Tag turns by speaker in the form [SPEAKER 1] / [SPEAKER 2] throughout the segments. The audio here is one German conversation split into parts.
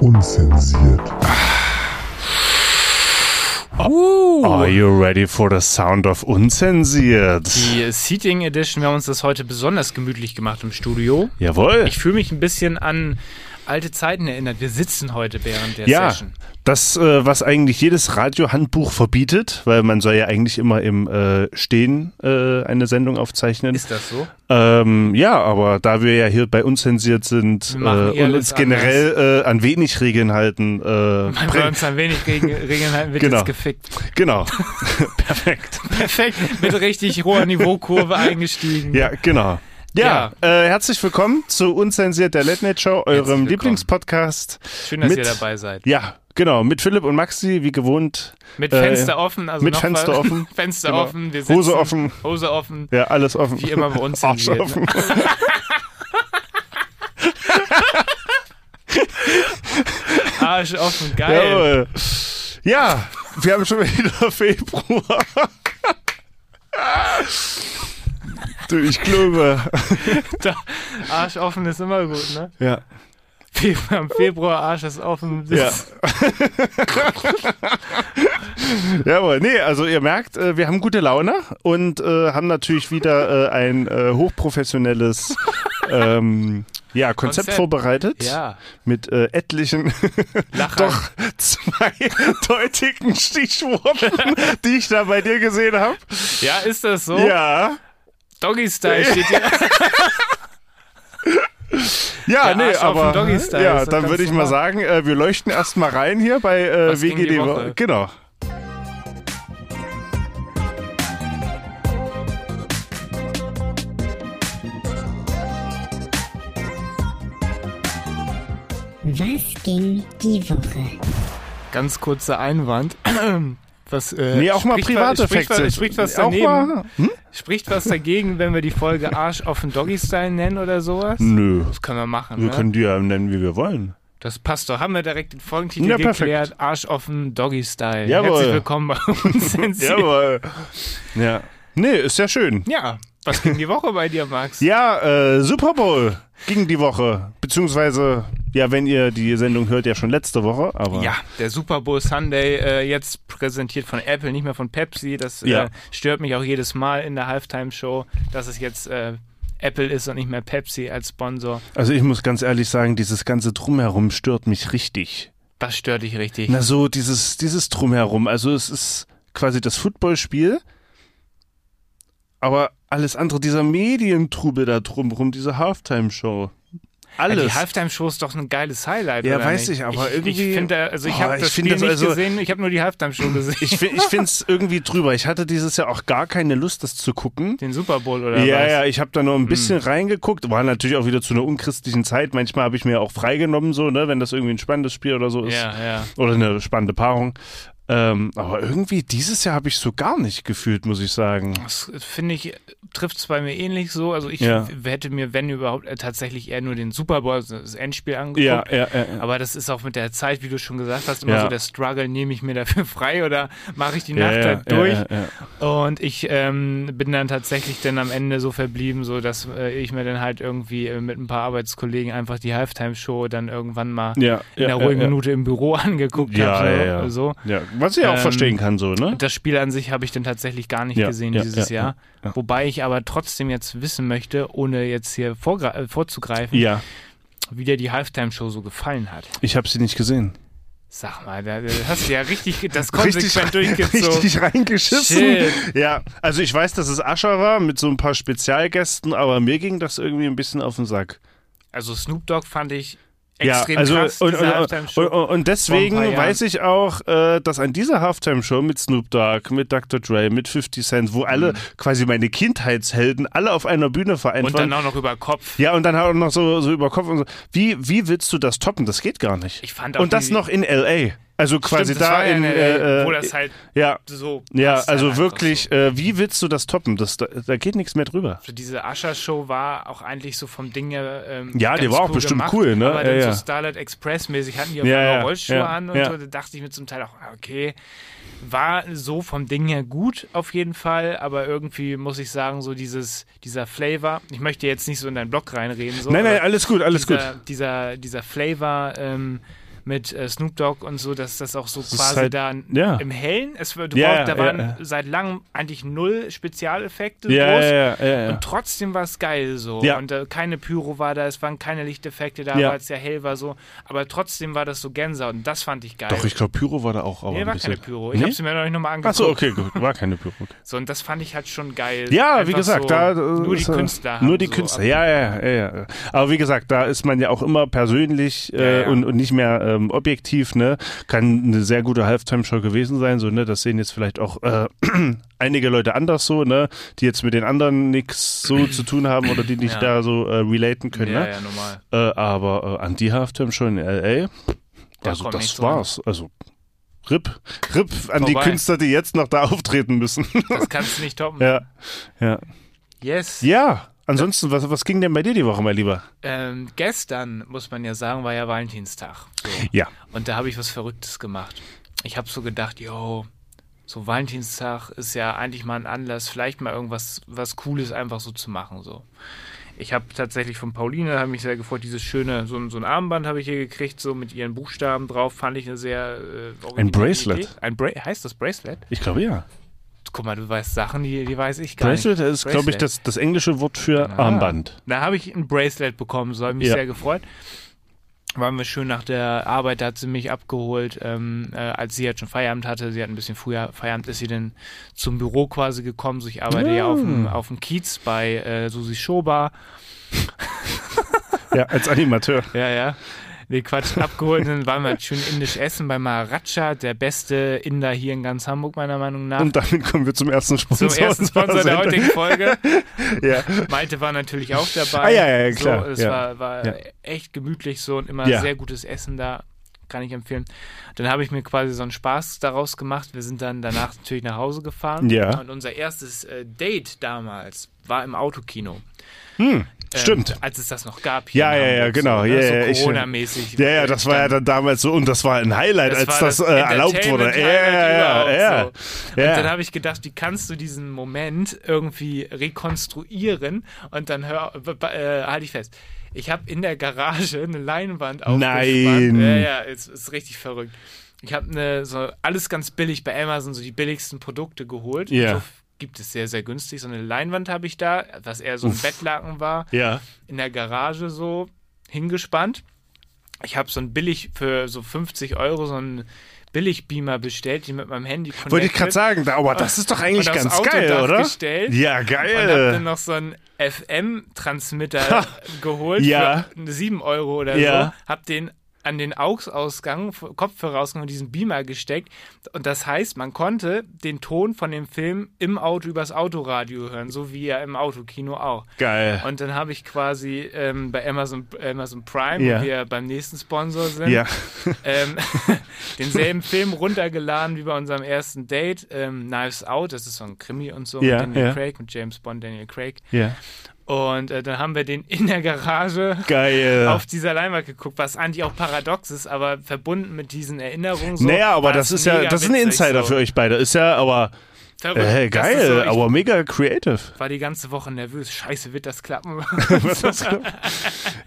[SPEAKER 1] Unzensiert.
[SPEAKER 2] Uh, Oh.
[SPEAKER 3] Are you ready for the sound of unzensiert?
[SPEAKER 2] die Seating Edition, wir haben uns das heute besonders gemütlich gemacht im Studio.
[SPEAKER 3] Jawohl.
[SPEAKER 2] Ich fühle mich ein bisschen an alte Zeiten erinnert. Wir sitzen heute während der
[SPEAKER 3] ja,
[SPEAKER 2] Session.
[SPEAKER 3] das, äh, was eigentlich jedes Radiohandbuch verbietet, weil man soll ja eigentlich immer im äh, Stehen äh, eine Sendung aufzeichnen.
[SPEAKER 2] Ist das so?
[SPEAKER 3] Ähm, ja, aber da wir ja hier bei unzensiert sind
[SPEAKER 2] Wir
[SPEAKER 3] äh,
[SPEAKER 2] machen eh
[SPEAKER 3] und
[SPEAKER 2] alles
[SPEAKER 3] uns generell äh, an wenig Regeln halten, äh,
[SPEAKER 2] Mein
[SPEAKER 3] prä-
[SPEAKER 2] bei uns ein wenig Regen, Regeln halten, wird
[SPEAKER 3] Genau.
[SPEAKER 2] jetzt gefickt.
[SPEAKER 3] genau, perfekt.
[SPEAKER 2] Perfekt, mit richtig hoher Niveaukurve eingestiegen.
[SPEAKER 3] Ja, genau. Ja, Äh, herzlich willkommen zu Unzensiert der Late Night Show, eurem
[SPEAKER 2] willkommen.
[SPEAKER 3] Lieblingspodcast.
[SPEAKER 2] Schön, dass
[SPEAKER 3] mit-
[SPEAKER 2] ihr dabei seid.
[SPEAKER 3] Ja, genau, mit Philipp und Maxi, wie gewohnt.
[SPEAKER 2] Mit
[SPEAKER 3] Äh,
[SPEAKER 2] Fenster offen, also
[SPEAKER 3] mit
[SPEAKER 2] noch
[SPEAKER 3] Fenster
[SPEAKER 2] mal-
[SPEAKER 3] offen.
[SPEAKER 2] Fenster
[SPEAKER 3] Genau.
[SPEAKER 2] offen, wir sitzen,
[SPEAKER 3] Hose offen.
[SPEAKER 2] Hose offen,
[SPEAKER 3] Ja, alles offen.
[SPEAKER 2] wie immer bei uns
[SPEAKER 3] Arsch
[SPEAKER 2] sind wir.
[SPEAKER 3] offen.
[SPEAKER 2] Arsch offen, geil.
[SPEAKER 3] Jawohl. Ja, wir haben schon wieder Februar. du, ich glaube.
[SPEAKER 2] Arsch offen ist immer gut, ne?
[SPEAKER 3] Ja.
[SPEAKER 2] Februar, Im Februar Arsch ist offen.
[SPEAKER 3] Ja. Jawohl, nee, also ihr merkt, äh, wir haben gute Laune und äh, haben natürlich wieder äh, ein äh, hochprofessionelles ähm, ja, Konzept,
[SPEAKER 2] Konzept.
[SPEAKER 3] vorbereitet
[SPEAKER 2] Ja,
[SPEAKER 3] mit äh, etlichen
[SPEAKER 2] Lacher.
[SPEAKER 3] doch zweideutigen Stichworten, die ich da bei dir gesehen habe.
[SPEAKER 2] Ja, ist das so?
[SPEAKER 3] Ja.
[SPEAKER 2] Doggy-Style steht hier.
[SPEAKER 3] Ja,
[SPEAKER 2] Der
[SPEAKER 3] nee,
[SPEAKER 2] Arsch auf dem
[SPEAKER 3] aber
[SPEAKER 2] Doggy-Style,
[SPEAKER 3] ja,
[SPEAKER 2] ist doch
[SPEAKER 3] dann
[SPEAKER 2] ganz
[SPEAKER 3] würde ich mal
[SPEAKER 2] normal.
[SPEAKER 3] sagen, äh, wir leuchten erstmal rein hier bei äh,
[SPEAKER 2] Was ging die
[SPEAKER 3] WGD
[SPEAKER 2] Woche?
[SPEAKER 3] Genau.
[SPEAKER 4] Was ging die Woche?
[SPEAKER 2] Ganz kurzer Einwand. Was, äh,
[SPEAKER 3] Nee, auch mal
[SPEAKER 2] spricht
[SPEAKER 3] private
[SPEAKER 2] was, spricht,
[SPEAKER 3] Facts.
[SPEAKER 2] was, spricht was
[SPEAKER 3] auch
[SPEAKER 2] daneben?
[SPEAKER 3] mal, hm?
[SPEAKER 2] Spricht was dagegen, wenn wir die Folge Arsch auf den Doggy-Style nennen oder sowas?
[SPEAKER 3] Nö.
[SPEAKER 2] Das können wir machen.
[SPEAKER 3] Hm. Wir
[SPEAKER 2] ne?
[SPEAKER 3] können die ja nennen, wie wir wollen.
[SPEAKER 2] Das passt doch. Haben wir direkt den Folgentitel
[SPEAKER 3] Ja, perfekt.
[SPEAKER 2] geklärt. Arsch offen, Doggy-Style.
[SPEAKER 3] Jawohl.
[SPEAKER 2] Herzlich willkommen bei uns. Sensi.
[SPEAKER 3] Jawohl. Ja. Nee, ist ja schön.
[SPEAKER 2] ja, was ging die Woche bei dir, Max?
[SPEAKER 3] Ja, äh, Super Bowl ging die Woche. Beziehungsweise, ja, wenn ihr die Sendung hört, ja schon letzte Woche, aber.
[SPEAKER 2] Ja, der Super Bowl Sunday, äh, jetzt präsentiert von Apple, nicht mehr von Pepsi. Das äh,
[SPEAKER 3] Ja.
[SPEAKER 2] stört mich auch jedes Mal in der Halftime-Show, dass es jetzt äh, Apple ist und nicht mehr Pepsi als Sponsor.
[SPEAKER 3] Also ich muss ganz ehrlich sagen, dieses ganze Drumherum stört mich richtig.
[SPEAKER 2] Das stört dich richtig.
[SPEAKER 3] Na so, dieses, dieses Drumherum. Also es ist quasi das Footballspiel, aber alles andere, dieser Medientrubel da drumherum, diese Halftime-Show.
[SPEAKER 2] Ja,
[SPEAKER 3] Alles.
[SPEAKER 2] Also Die Halftime-Show ist doch ein geiles Highlight.
[SPEAKER 3] Ja,
[SPEAKER 2] oder
[SPEAKER 3] weiß
[SPEAKER 2] nicht?
[SPEAKER 3] ich, aber
[SPEAKER 2] ich,
[SPEAKER 3] irgendwie-
[SPEAKER 2] Ich finde, also ich
[SPEAKER 3] Boah,
[SPEAKER 2] habe
[SPEAKER 3] ich
[SPEAKER 2] das
[SPEAKER 3] find
[SPEAKER 2] Spiel
[SPEAKER 3] das
[SPEAKER 2] nicht
[SPEAKER 3] also-
[SPEAKER 2] gesehen, ich habe nur die Halftime-Show gesehen.
[SPEAKER 3] ich fi- ich finde es irgendwie drüber. Ich hatte dieses Jahr auch gar keine Lust, das zu gucken.
[SPEAKER 2] Den Super Bowl oder
[SPEAKER 3] Ja,
[SPEAKER 2] was?
[SPEAKER 3] ja, ich habe da nur
[SPEAKER 2] Hm.
[SPEAKER 3] ein bisschen reingeguckt. War natürlich auch wieder zu einer unchristlichen Zeit. Manchmal habe ich mir auch freigenommen, so, ne, wenn das irgendwie ein spannendes Spiel oder so ist.
[SPEAKER 2] Ja, ja.
[SPEAKER 3] Oder eine spannende Paarung. Ähm, aber irgendwie dieses Jahr habe ich so gar nicht gefühlt, muss ich sagen.
[SPEAKER 2] Das finde ich, trifft es bei mir ähnlich so. Also ich
[SPEAKER 3] Ja.
[SPEAKER 2] hätte mir, wenn überhaupt, äh, tatsächlich eher nur den Super Bowl, also das Endspiel angeguckt.
[SPEAKER 3] ja, ja. ja.
[SPEAKER 2] Aber das ist auch mit der Zeit, wie du schon gesagt hast, immer
[SPEAKER 3] Ja.
[SPEAKER 2] so der Struggle, nehme ich mir dafür frei oder mache ich die
[SPEAKER 3] Ja,
[SPEAKER 2] Nacht
[SPEAKER 3] ja,
[SPEAKER 2] halt durch.
[SPEAKER 3] Ja, ja,
[SPEAKER 2] Und ich ähm, bin dann tatsächlich dann am Ende so verblieben, so dass äh, ich mir dann halt irgendwie äh, mit ein paar Arbeitskollegen einfach die Halftime-Show dann irgendwann mal
[SPEAKER 3] ja.
[SPEAKER 2] in einer
[SPEAKER 3] ja,
[SPEAKER 2] ruhigen
[SPEAKER 3] ja,
[SPEAKER 2] Minute im Büro angeguckt
[SPEAKER 3] Ja,
[SPEAKER 2] habe.
[SPEAKER 3] ja,
[SPEAKER 2] so,
[SPEAKER 3] ja.
[SPEAKER 2] so.
[SPEAKER 3] Ja, was ich auch
[SPEAKER 2] Ähm,
[SPEAKER 3] verstehen kann, so, ne?
[SPEAKER 2] Und das Spiel an sich habe ich dann tatsächlich gar nicht
[SPEAKER 3] Ja,
[SPEAKER 2] gesehen
[SPEAKER 3] ja,
[SPEAKER 2] dieses
[SPEAKER 3] ja,
[SPEAKER 2] Jahr. Wobei ich aber trotzdem jetzt wissen möchte, ohne jetzt hier vorgre- äh, vorzugreifen,
[SPEAKER 3] Ja,
[SPEAKER 2] wie dir die Halftime-Show so gefallen hat.
[SPEAKER 3] ich habe sie nicht gesehen.
[SPEAKER 2] Sag mal, da da hast du ja richtig das konsequent durchgezogen.
[SPEAKER 3] richtig reingeschissen.
[SPEAKER 2] Shit.
[SPEAKER 3] Ja, also ich weiß, dass es Ascher war mit so ein paar Spezialgästen, aber mir ging das irgendwie ein bisschen auf den Sack.
[SPEAKER 2] Also Snoop Dogg fand ich extrem
[SPEAKER 3] ja, also
[SPEAKER 2] krass,
[SPEAKER 3] und,
[SPEAKER 2] diese
[SPEAKER 3] und,
[SPEAKER 2] Halftime-Show.
[SPEAKER 3] und, und deswegen
[SPEAKER 2] Vor ein paar
[SPEAKER 3] weiß ich auch, äh, dass an dieser Halftime-Show mit Snoop Dogg, mit Dr. Dre, mit 50 Cent, wo alle quasi meine Kindheitshelden alle auf einer Bühne vereint
[SPEAKER 2] Mhm. Und dann
[SPEAKER 3] waren.
[SPEAKER 2] auch noch über Kopf.
[SPEAKER 3] Ja, und dann auch noch so, so über Kopf und so. Wie, wie willst du das toppen? Das geht gar nicht.
[SPEAKER 2] Ich fand auch
[SPEAKER 3] und das
[SPEAKER 2] die-
[SPEAKER 3] noch in L.A. Also quasi
[SPEAKER 2] Stimmt, das
[SPEAKER 3] da
[SPEAKER 2] war ja
[SPEAKER 3] in.
[SPEAKER 2] eine,
[SPEAKER 3] äh, äh,
[SPEAKER 2] wo das halt
[SPEAKER 3] ja,
[SPEAKER 2] so.
[SPEAKER 3] ja
[SPEAKER 2] passt halt
[SPEAKER 3] also
[SPEAKER 2] einfach
[SPEAKER 3] wirklich, äh, wie willst du das toppen? Das, da, da geht nichts mehr drüber.
[SPEAKER 2] So. Diese Asher-Show war auch eigentlich so vom Ding her. Ähm,
[SPEAKER 3] Ja, die
[SPEAKER 2] ganz
[SPEAKER 3] war auch bestimmt
[SPEAKER 2] gemacht,
[SPEAKER 3] cool, ne?
[SPEAKER 2] Aber
[SPEAKER 3] Ja,
[SPEAKER 2] dann
[SPEAKER 3] ja.
[SPEAKER 2] so Starlight Express-mäßig hatten die auch
[SPEAKER 3] Ja,
[SPEAKER 2] ja,
[SPEAKER 3] ja,
[SPEAKER 2] Rollschuhe
[SPEAKER 3] ja,
[SPEAKER 2] an und
[SPEAKER 3] ja.
[SPEAKER 2] so. Da dachte ich mir zum Teil auch, ah, okay, war so vom Ding her gut auf jeden Fall, aber irgendwie muss ich sagen, so dieses, dieser Flavor, ich möchte jetzt nicht so in deinen Blog reinreden. So,
[SPEAKER 3] nein, nein,
[SPEAKER 2] aber-
[SPEAKER 3] alles gut, alles gut.
[SPEAKER 2] dieser, dieser, dieser Flavor ähm, mit äh, Snoop Dogg und so, dass das auch so
[SPEAKER 3] ist
[SPEAKER 2] quasi
[SPEAKER 3] halt-
[SPEAKER 2] da
[SPEAKER 3] ja.
[SPEAKER 2] im Hellen, es, war- du
[SPEAKER 3] Ja,
[SPEAKER 2] brauchst, da
[SPEAKER 3] ja,
[SPEAKER 2] waren
[SPEAKER 3] ja.
[SPEAKER 2] seit langem eigentlich null Spezialeffekte
[SPEAKER 3] Ja,
[SPEAKER 2] groß.
[SPEAKER 3] ja, ja, ja, ja.
[SPEAKER 2] Und trotzdem war es geil so.
[SPEAKER 3] Ja.
[SPEAKER 2] Und äh, keine Pyro war da, es waren keine Lichteffekte da,
[SPEAKER 3] Ja.
[SPEAKER 2] weil es ja hell war so. Aber trotzdem war das so Gänsehaut und das fand ich geil.
[SPEAKER 3] Doch, ich glaube, Pyro war da auch. Aber
[SPEAKER 2] Nee,
[SPEAKER 3] ein
[SPEAKER 2] war
[SPEAKER 3] bisschen.
[SPEAKER 2] keine Pyro. Ich
[SPEAKER 3] Nee?
[SPEAKER 2] hab's mir noch nicht nochmal angeguckt.
[SPEAKER 3] Achso, okay, gut. War keine Pyro. Okay.
[SPEAKER 2] So, und das fand ich halt schon geil.
[SPEAKER 3] Ja,
[SPEAKER 2] Einfach
[SPEAKER 3] wie gesagt,
[SPEAKER 2] so,
[SPEAKER 3] da. äh,
[SPEAKER 2] Nur die
[SPEAKER 3] ist, äh,
[SPEAKER 2] Künstler.
[SPEAKER 3] Nur
[SPEAKER 2] haben
[SPEAKER 3] die
[SPEAKER 2] so
[SPEAKER 3] Künstler, ja, ja, ja, ja. ja. Aber wie gesagt, da ist man ja auch immer persönlich äh,
[SPEAKER 2] Ja, ja.
[SPEAKER 3] Und, und nicht mehr ähm, objektiv, ne? Kann eine sehr gute Halftime-Show gewesen sein, so, ne? Das sehen jetzt vielleicht auch äh, einige Leute anders so, ne? Die jetzt mit den anderen nichts so zu tun haben oder die nicht
[SPEAKER 2] Ja.
[SPEAKER 3] da so äh, relaten können,
[SPEAKER 2] Ja,
[SPEAKER 3] ne?
[SPEAKER 2] ja, normal.
[SPEAKER 3] Äh, aber äh, an die Halftime-Show in L.A.,
[SPEAKER 2] Da
[SPEAKER 3] also
[SPEAKER 2] kommt
[SPEAKER 3] das
[SPEAKER 2] nichts
[SPEAKER 3] war's. Also. RIP, RIP an die
[SPEAKER 2] Vorbei.
[SPEAKER 3] Künstler, die jetzt noch da auftreten müssen.
[SPEAKER 2] Das kannst du nicht toppen.
[SPEAKER 3] ja, ja.
[SPEAKER 2] Yes.
[SPEAKER 3] Ja, ansonsten, was, was ging denn bei dir die Woche, mein Lieber?
[SPEAKER 2] Ähm, gestern, muss man ja sagen, war ja Valentinstag. So.
[SPEAKER 3] Ja.
[SPEAKER 2] Und da habe ich was Verrücktes gemacht. Ich habe so gedacht, yo, so Valentinstag ist ja eigentlich mal ein Anlass, vielleicht mal irgendwas was Cooles einfach so zu machen. So. Ich habe tatsächlich von Pauline, habe mich sehr gefreut, dieses schöne, so, ein- so ein Armband habe ich hier gekriegt, so mit ihren Buchstaben drauf, fand ich eine sehr... Äh, originelle
[SPEAKER 3] Bracelet.
[SPEAKER 2] Idee. Ein Bra heißt das Bracelet?
[SPEAKER 3] Ich glaube ja.
[SPEAKER 2] Guck mal, du weißt Sachen, die, die weiß ich gar
[SPEAKER 3] Bracelet
[SPEAKER 2] nicht. Ah.
[SPEAKER 3] ist, glaube ich,
[SPEAKER 2] Bracelet.
[SPEAKER 3] das, das englische Wort für Armband.
[SPEAKER 2] Da habe ich ein Bracelet bekommen, so habe mich
[SPEAKER 3] Ja.
[SPEAKER 2] sehr gefreut. Waren wir schön nach der Arbeit, da hat sie mich abgeholt, ähm, äh, als sie halt schon Feierabend hatte. Sie hat ein bisschen früher Feierabend, ist sie dann zum Büro quasi gekommen. So, ich arbeite ja auf dem, auf dem Kiez bei äh, Susi Schober.
[SPEAKER 3] Ja, als Animateur.
[SPEAKER 2] Ja, ja. Nee, Quatsch, abgeholt. Und dann waren wir halt schön indisch essen bei Maharaja, der beste Inder hier in ganz Hamburg, meiner Meinung nach.
[SPEAKER 3] Und damit kommen wir zum ersten Sponsor.
[SPEAKER 2] zum ersten Sponsor der heutigen Ähm, Folge.
[SPEAKER 3] Ja.
[SPEAKER 2] Malte war natürlich auch dabei.
[SPEAKER 3] Ah, ja, ja, ja, klar,
[SPEAKER 2] So, es
[SPEAKER 3] ja.
[SPEAKER 2] war, war
[SPEAKER 3] Ja.
[SPEAKER 2] echt gemütlich so und immer
[SPEAKER 3] Ja.
[SPEAKER 2] sehr gutes Essen da. Kann ich empfehlen. Dann habe ich mir quasi so einen Spaß daraus gemacht. Wir sind dann danach natürlich nach Hause gefahren.
[SPEAKER 3] Ja.
[SPEAKER 2] Und unser erstes äh, Date damals war im Autokino. Ähm,
[SPEAKER 3] Stimmt.
[SPEAKER 2] Als es das noch gab.
[SPEAKER 3] Ja,
[SPEAKER 2] in
[SPEAKER 3] ja, ja,
[SPEAKER 2] Hamburg,
[SPEAKER 3] genau.
[SPEAKER 2] So,
[SPEAKER 3] Ja,
[SPEAKER 2] ne?
[SPEAKER 3] ja, ich-
[SPEAKER 2] so Corona-mäßig.
[SPEAKER 3] Ja, ja, das war ja dann damals so und das war ein Highlight,
[SPEAKER 2] Das
[SPEAKER 3] als
[SPEAKER 2] war
[SPEAKER 3] das,
[SPEAKER 2] das
[SPEAKER 3] äh, erlaubt wurde. Ja, ja, ja, ja.
[SPEAKER 2] Entertainment-Highlight überhaupt, so.
[SPEAKER 3] ja.
[SPEAKER 2] Und dann habe ich gedacht, wie kannst du diesen Moment irgendwie rekonstruieren? Und dann hör, b- b- äh, halte ich fest. Ich habe in der Garage eine Leinwand aufgespannt.
[SPEAKER 3] Nein.
[SPEAKER 2] Ja, ja, es ist richtig verrückt. Ich habe eine so alles ganz billig bei Amazon so die billigsten Produkte geholt.
[SPEAKER 3] Ja.
[SPEAKER 2] So f- gibt es sehr sehr günstig. So eine Leinwand habe ich da, was eher so ein Bettlaken war
[SPEAKER 3] ja.
[SPEAKER 2] in der Garage so hingespannt. Ich habe so ein billig für so 50 Euro so einen Billigbeamer bestellt, die mit meinem Handy connected.
[SPEAKER 3] Wollte ich gerade sagen, da, aber das ist doch eigentlich
[SPEAKER 2] Und aufs
[SPEAKER 3] ganz
[SPEAKER 2] Autodach
[SPEAKER 3] geil, oder?
[SPEAKER 2] gestellt.
[SPEAKER 3] Ja,
[SPEAKER 2] Und hab dann
[SPEAKER 3] geil.
[SPEAKER 2] noch so einen FM-Transmitter geholt
[SPEAKER 3] Ja.
[SPEAKER 2] für 7 Euro oder
[SPEAKER 3] Ja.
[SPEAKER 2] so. Hab den an den AUX-Ausgang, Kopfhörerausgang und diesen Beamer gesteckt. Und das heißt, man konnte den Ton von dem Film im Auto übers Autoradio hören, so wie ja im Autokino auch.
[SPEAKER 3] Geil.
[SPEAKER 2] Und dann habe ich quasi ähm, bei Amazon, Amazon Prime,
[SPEAKER 3] Ja.
[SPEAKER 2] wo wir beim nächsten Sponsor sind,
[SPEAKER 3] Ja.
[SPEAKER 2] ähm, denselben Film runtergeladen wie bei unserem ersten Date, ähm, Knives Out, das ist so ein Krimi und so,
[SPEAKER 3] Ja,
[SPEAKER 2] mit Daniel
[SPEAKER 3] ja.
[SPEAKER 2] Craig, mit James Bond, Daniel Craig.
[SPEAKER 3] ja.
[SPEAKER 2] Und äh, dann haben wir den in der Garage
[SPEAKER 3] Geil.
[SPEAKER 2] auf dieser Leinwand geguckt, was eigentlich auch paradox ist, aber verbunden mit diesen Erinnerungen. So,
[SPEAKER 3] naja, aber
[SPEAKER 2] war
[SPEAKER 3] das
[SPEAKER 2] es
[SPEAKER 3] ist ja,
[SPEAKER 2] mega
[SPEAKER 3] das ist ein
[SPEAKER 2] witzig,
[SPEAKER 3] Insider
[SPEAKER 2] so.
[SPEAKER 3] für euch beide. Ist ja, aber
[SPEAKER 2] Verrückt.
[SPEAKER 3] äh,
[SPEAKER 2] Das ist
[SPEAKER 3] geil,
[SPEAKER 2] so, ich
[SPEAKER 3] aber mega creative.
[SPEAKER 2] war die ganze Woche nervös. Scheiße, wird das klappen?
[SPEAKER 3] Was das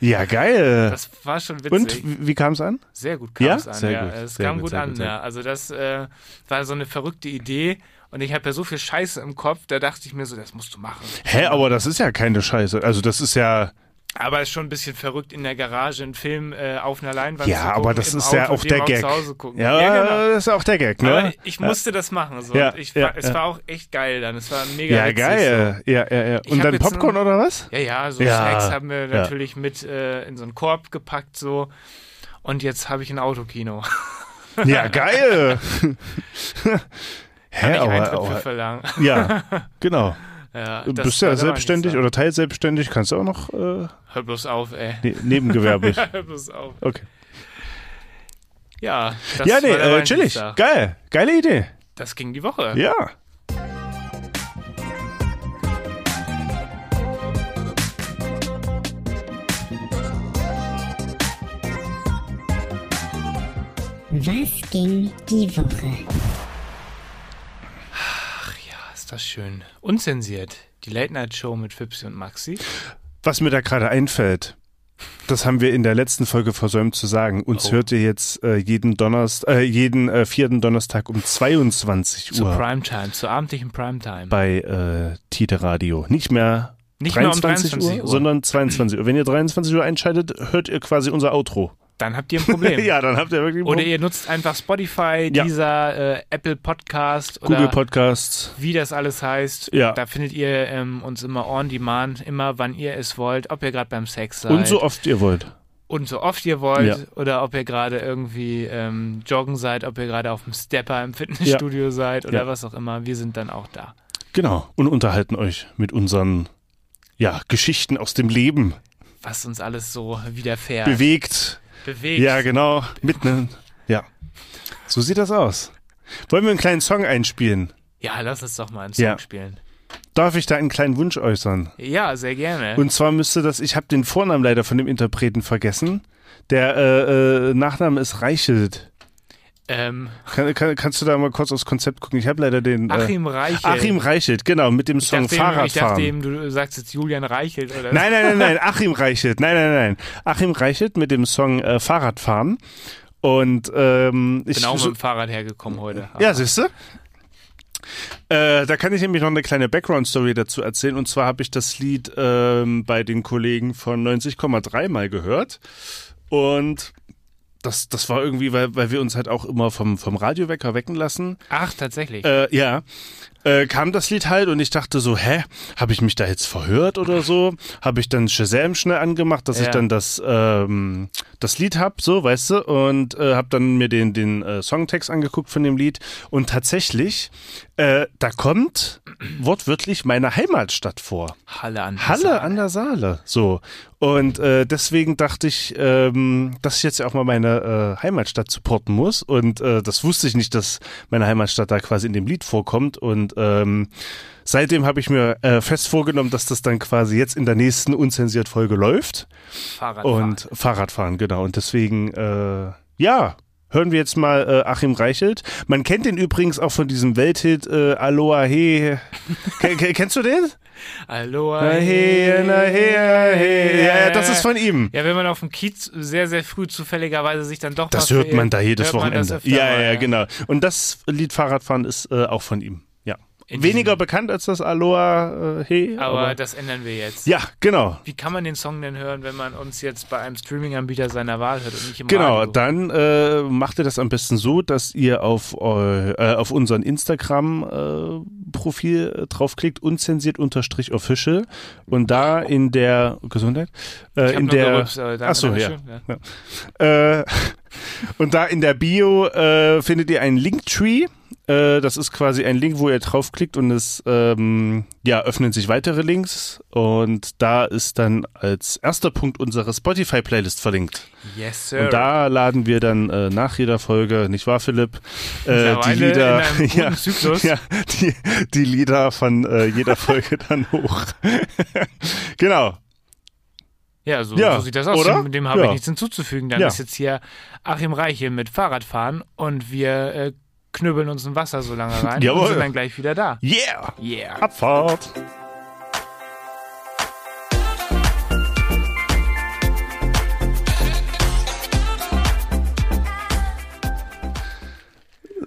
[SPEAKER 3] ja, geil.
[SPEAKER 2] Das war schon witzig.
[SPEAKER 3] Und wie- wie kam es an?
[SPEAKER 2] Sehr gut kam
[SPEAKER 3] Ja?
[SPEAKER 2] es an.
[SPEAKER 3] Sehr
[SPEAKER 2] ja.
[SPEAKER 3] gut,
[SPEAKER 2] Es
[SPEAKER 3] sehr
[SPEAKER 2] kam
[SPEAKER 3] gut,
[SPEAKER 2] gut,
[SPEAKER 3] sehr
[SPEAKER 2] an.
[SPEAKER 3] gut, sehr
[SPEAKER 2] ja. Also das äh, war so eine verrückte Idee und ich habe ja so viel Scheiße im Kopf, da dachte ich mir so, das musst du machen.
[SPEAKER 3] Hä, aber das ist ja keine Scheiße. Also das ist ja,
[SPEAKER 2] Aber ist schon ein bisschen verrückt in der Garage einen Film äh, auf einer Leinwand zu
[SPEAKER 3] ja,
[SPEAKER 2] gucken,
[SPEAKER 3] aber das
[SPEAKER 2] im
[SPEAKER 3] ist
[SPEAKER 2] Auto,
[SPEAKER 3] ja auch
[SPEAKER 2] den
[SPEAKER 3] der
[SPEAKER 2] man
[SPEAKER 3] Gag.
[SPEAKER 2] Zu Hause gucken.
[SPEAKER 3] Ja,
[SPEAKER 2] genau.
[SPEAKER 3] das ist auch der Gag, ne?
[SPEAKER 2] Aber ich musste das machen. So.
[SPEAKER 3] Ja,
[SPEAKER 2] Und ich,
[SPEAKER 3] ja,
[SPEAKER 2] war- es
[SPEAKER 3] ja.
[SPEAKER 2] war auch echt geil dann. Es war mega
[SPEAKER 3] ja,
[SPEAKER 2] witzig,
[SPEAKER 3] geil. Ja, ja, ja.
[SPEAKER 2] Ich
[SPEAKER 3] Und
[SPEAKER 2] hab
[SPEAKER 3] dann
[SPEAKER 2] jetzt
[SPEAKER 3] Popcorn
[SPEAKER 2] ein-
[SPEAKER 3] oder was?
[SPEAKER 2] So. Ja, ja, so
[SPEAKER 3] Ja,
[SPEAKER 2] Snacks haben wir
[SPEAKER 3] ja.
[SPEAKER 2] natürlich mit äh, in so einen Korb gepackt so Und jetzt habe ich ein Autokino.
[SPEAKER 3] Ja, geil.
[SPEAKER 2] Kann
[SPEAKER 3] Hä,
[SPEAKER 2] ich
[SPEAKER 3] aber,
[SPEAKER 2] Eintritt für
[SPEAKER 3] aber
[SPEAKER 2] verlangen.
[SPEAKER 3] ja, genau.
[SPEAKER 2] Ja,
[SPEAKER 3] Du
[SPEAKER 2] das
[SPEAKER 3] bist ja
[SPEAKER 2] war der
[SPEAKER 3] selbstständig
[SPEAKER 2] Wahnsinnstag.
[SPEAKER 3] oder teilselbstständig, kannst du auch noch äh,
[SPEAKER 2] Hör bloß auf, ey.
[SPEAKER 3] ne nebengewerblich.
[SPEAKER 2] Hör bloß auf.
[SPEAKER 3] Okay.
[SPEAKER 2] Ja, das
[SPEAKER 3] ja, nee,
[SPEAKER 2] war der
[SPEAKER 3] äh, chillig.
[SPEAKER 2] Wahnsinnstag.
[SPEAKER 3] Geil. Geile Idee.
[SPEAKER 2] Das ging die Woche.
[SPEAKER 3] Ja.
[SPEAKER 4] Was ging die Woche?
[SPEAKER 2] Ah, Ist das schön. Unzensiert. Die Late-Night-Show mit Fipsi und Maxi.
[SPEAKER 3] Was mir da gerade einfällt, das haben wir in der letzten Folge versäumt zu sagen. Uns
[SPEAKER 2] Oh.
[SPEAKER 3] hört ihr jetzt äh, jeden Donnerstag, äh, jeden äh, vierten Donnerstag um 22
[SPEAKER 2] Zur
[SPEAKER 3] Uhr
[SPEAKER 2] Primetime, zur abendlichen Primetime.
[SPEAKER 3] bei äh, Tide Radio. Nicht mehr
[SPEAKER 2] Nicht mehr um
[SPEAKER 3] 23
[SPEAKER 2] 23 Uhr,
[SPEAKER 3] Uhr, sondern 22 Uhr. Wenn ihr 23 Uhr einschaltet, hört ihr quasi unser Outro.
[SPEAKER 2] dann habt ihr ein Problem.
[SPEAKER 3] ja, dann habt ihr wirklich
[SPEAKER 2] Oder ihr nutzt einfach Spotify,
[SPEAKER 3] Ja.
[SPEAKER 2] dieser äh, Apple Podcast
[SPEAKER 3] Google
[SPEAKER 2] oder
[SPEAKER 3] Podcasts.
[SPEAKER 2] wie das alles heißt.
[SPEAKER 3] Ja.
[SPEAKER 2] Da findet ihr ähm, uns immer on demand, immer wann ihr es wollt, ob ihr gerade beim Sex seid
[SPEAKER 3] Und so oft ihr wollt.
[SPEAKER 2] und so oft ihr wollt
[SPEAKER 3] Ja.
[SPEAKER 2] oder ob ihr gerade irgendwie ähm, joggen seid, ob ihr gerade auf dem Stepper im Fitnessstudio seid oder
[SPEAKER 3] Ja.
[SPEAKER 2] was auch immer. Wir sind dann auch da.
[SPEAKER 3] Genau. Und unterhalten euch mit unseren ja, Geschichten aus dem Leben.
[SPEAKER 2] Was uns alles so widerfährt.
[SPEAKER 3] Bewegt.
[SPEAKER 2] Bewegt.
[SPEAKER 3] Ja, genau. Mitten. Ja. So sieht das aus. Wollen wir einen kleinen Song einspielen?
[SPEAKER 2] Ja, lass uns doch mal einen Song
[SPEAKER 3] Ja.
[SPEAKER 2] spielen.
[SPEAKER 3] Darf ich da einen kleinen Wunsch äußern?
[SPEAKER 2] Ja, sehr gerne.
[SPEAKER 3] Und zwar müsste das, ich habe den Vornamen leider von dem Interpreten vergessen. Der äh, äh, Nachname ist Reichelt.
[SPEAKER 2] ähm,
[SPEAKER 3] Kann, kann, kannst du da mal kurz aufs Konzept gucken? Ich habe leider den.
[SPEAKER 2] Achim
[SPEAKER 3] äh,
[SPEAKER 2] Reichelt.
[SPEAKER 3] Achim Reichelt, genau, mit dem
[SPEAKER 2] ich
[SPEAKER 3] Song
[SPEAKER 2] dachte, eben, ich dachte
[SPEAKER 3] Fahrradfahren.
[SPEAKER 2] eben, äh. du sagst jetzt Julian Reichelt oder
[SPEAKER 3] Nein, nein, nein, nein, Achim Reichelt. Nein, nein, nein. Achim Reichelt mit dem Song äh, Fahrradfahren. Und ähm, ich.
[SPEAKER 2] Ich bin auch mit
[SPEAKER 3] so,
[SPEAKER 2] dem Fahrrad hergekommen heute.
[SPEAKER 3] ja, siehste. Äh, da kann ich nämlich noch eine kleine Background-Story dazu erzählen. Und zwar habe ich das Lied ähm, bei den Kollegen von 90,3 mal gehört. Und das, das war irgendwie, weil, weil wir uns halt auch immer vom, vom Radiowecker wecken lassen.
[SPEAKER 2] Ach, tatsächlich.
[SPEAKER 3] Äh, ja. Äh, kam das Lied halt und ich dachte so, hä, habe ich mich da jetzt verhört oder so? Habe ich dann Shazam schnell angemacht, dass
[SPEAKER 2] Ja.
[SPEAKER 3] ich dann das, ähm, das Lied hab, so, weißt du? Und äh, habe dann mir den, den äh, Songtext angeguckt von dem Lied und tatsächlich, äh, da kommt wortwörtlich meine Heimatstadt vor.
[SPEAKER 2] Halle an.
[SPEAKER 3] Halle an der Saale. So. Und äh, deswegen dachte ich, ähm, dass ich jetzt ja auch mal meine äh, Heimatstadt supporten muss. Und äh, das wusste ich nicht, dass meine Heimatstadt da quasi in dem Lied vorkommt. Und ähm, seitdem habe ich mir äh, fest vorgenommen, dass das dann quasi jetzt in der nächsten unzensiert Folge läuft.
[SPEAKER 2] Fahrrad.
[SPEAKER 3] Und Fahrradfahren, genau. Und deswegen, äh, ja. Hören wir jetzt mal äh, Achim Reichelt. Man kennt den übrigens auch von diesem Welthit äh, Aloha He. Ken- ken- Kennst du den?
[SPEAKER 2] Hallo.
[SPEAKER 3] Ahe, ahe, ahe. Ja, ja, das ist von ihm.
[SPEAKER 2] Ja, wenn man auf dem Kiez sehr, sehr früh zufälligerweise sich dann doch
[SPEAKER 3] Das
[SPEAKER 2] mal
[SPEAKER 3] hört man
[SPEAKER 2] fehlt,
[SPEAKER 3] da jedes
[SPEAKER 2] hört man das
[SPEAKER 3] Wochenende.
[SPEAKER 2] öfter
[SPEAKER 3] Ja,
[SPEAKER 2] mal,
[SPEAKER 3] ja, genau. Und das Lied Fahrradfahren ist äh, auch von ihm. Ja.
[SPEAKER 2] In
[SPEAKER 3] Weniger
[SPEAKER 2] diesem-
[SPEAKER 3] bekannt als das Aloha äh, He.
[SPEAKER 2] Aber das ändern wir jetzt.
[SPEAKER 3] ja, genau.
[SPEAKER 2] Wie kann man den Song denn hören, wenn man uns jetzt bei einem Streaming-Anbieter seiner Wahl hört und nicht im
[SPEAKER 3] Genau,
[SPEAKER 2] Radio?
[SPEAKER 3] dann äh, macht ihr das am besten so, dass ihr auf, eu, äh, auf unseren Instagram-Profil äh, draufklickt, unzensiert unterstrich official und da in der Gesundheit, äh,
[SPEAKER 2] Ich hab
[SPEAKER 3] in
[SPEAKER 2] nur
[SPEAKER 3] der
[SPEAKER 2] gerülpst, aber danke,
[SPEAKER 3] Ach so,
[SPEAKER 2] Dankeschön, ja.
[SPEAKER 3] Äh, und da in der Bio äh, findet ihr einen Linktree. Äh, das ist quasi ein Link, wo ihr draufklickt und es ähm, ja, öffnen sich weitere Links. Und da ist dann als erster Punkt unsere Spotify-Playlist verlinkt.
[SPEAKER 2] Yes, sir.
[SPEAKER 3] Und da laden wir dann äh, nach jeder Folge, nicht wahr, Philipp? Äh, die
[SPEAKER 2] Mittlerweile
[SPEAKER 3] Lieder,
[SPEAKER 2] in einem guten
[SPEAKER 3] ja,
[SPEAKER 2] Zyklus.
[SPEAKER 3] ja, die, die Lieder von äh, jeder Folge dann hoch. genau.
[SPEAKER 2] Ja, so,
[SPEAKER 3] Ja,
[SPEAKER 2] so sieht das aus.
[SPEAKER 3] oder?
[SPEAKER 2] Dem, dem habe ich
[SPEAKER 3] Ja.
[SPEAKER 2] nichts hinzuzufügen. Dann
[SPEAKER 3] Ja.
[SPEAKER 2] ist jetzt hier Achim Reich hier mit Fahrradfahren und wir äh, knüppeln uns im Wasser so lange rein und
[SPEAKER 3] Jawohl.
[SPEAKER 2] sind dann gleich wieder da.
[SPEAKER 3] Yeah!
[SPEAKER 2] Yeah.
[SPEAKER 3] Abfahrt!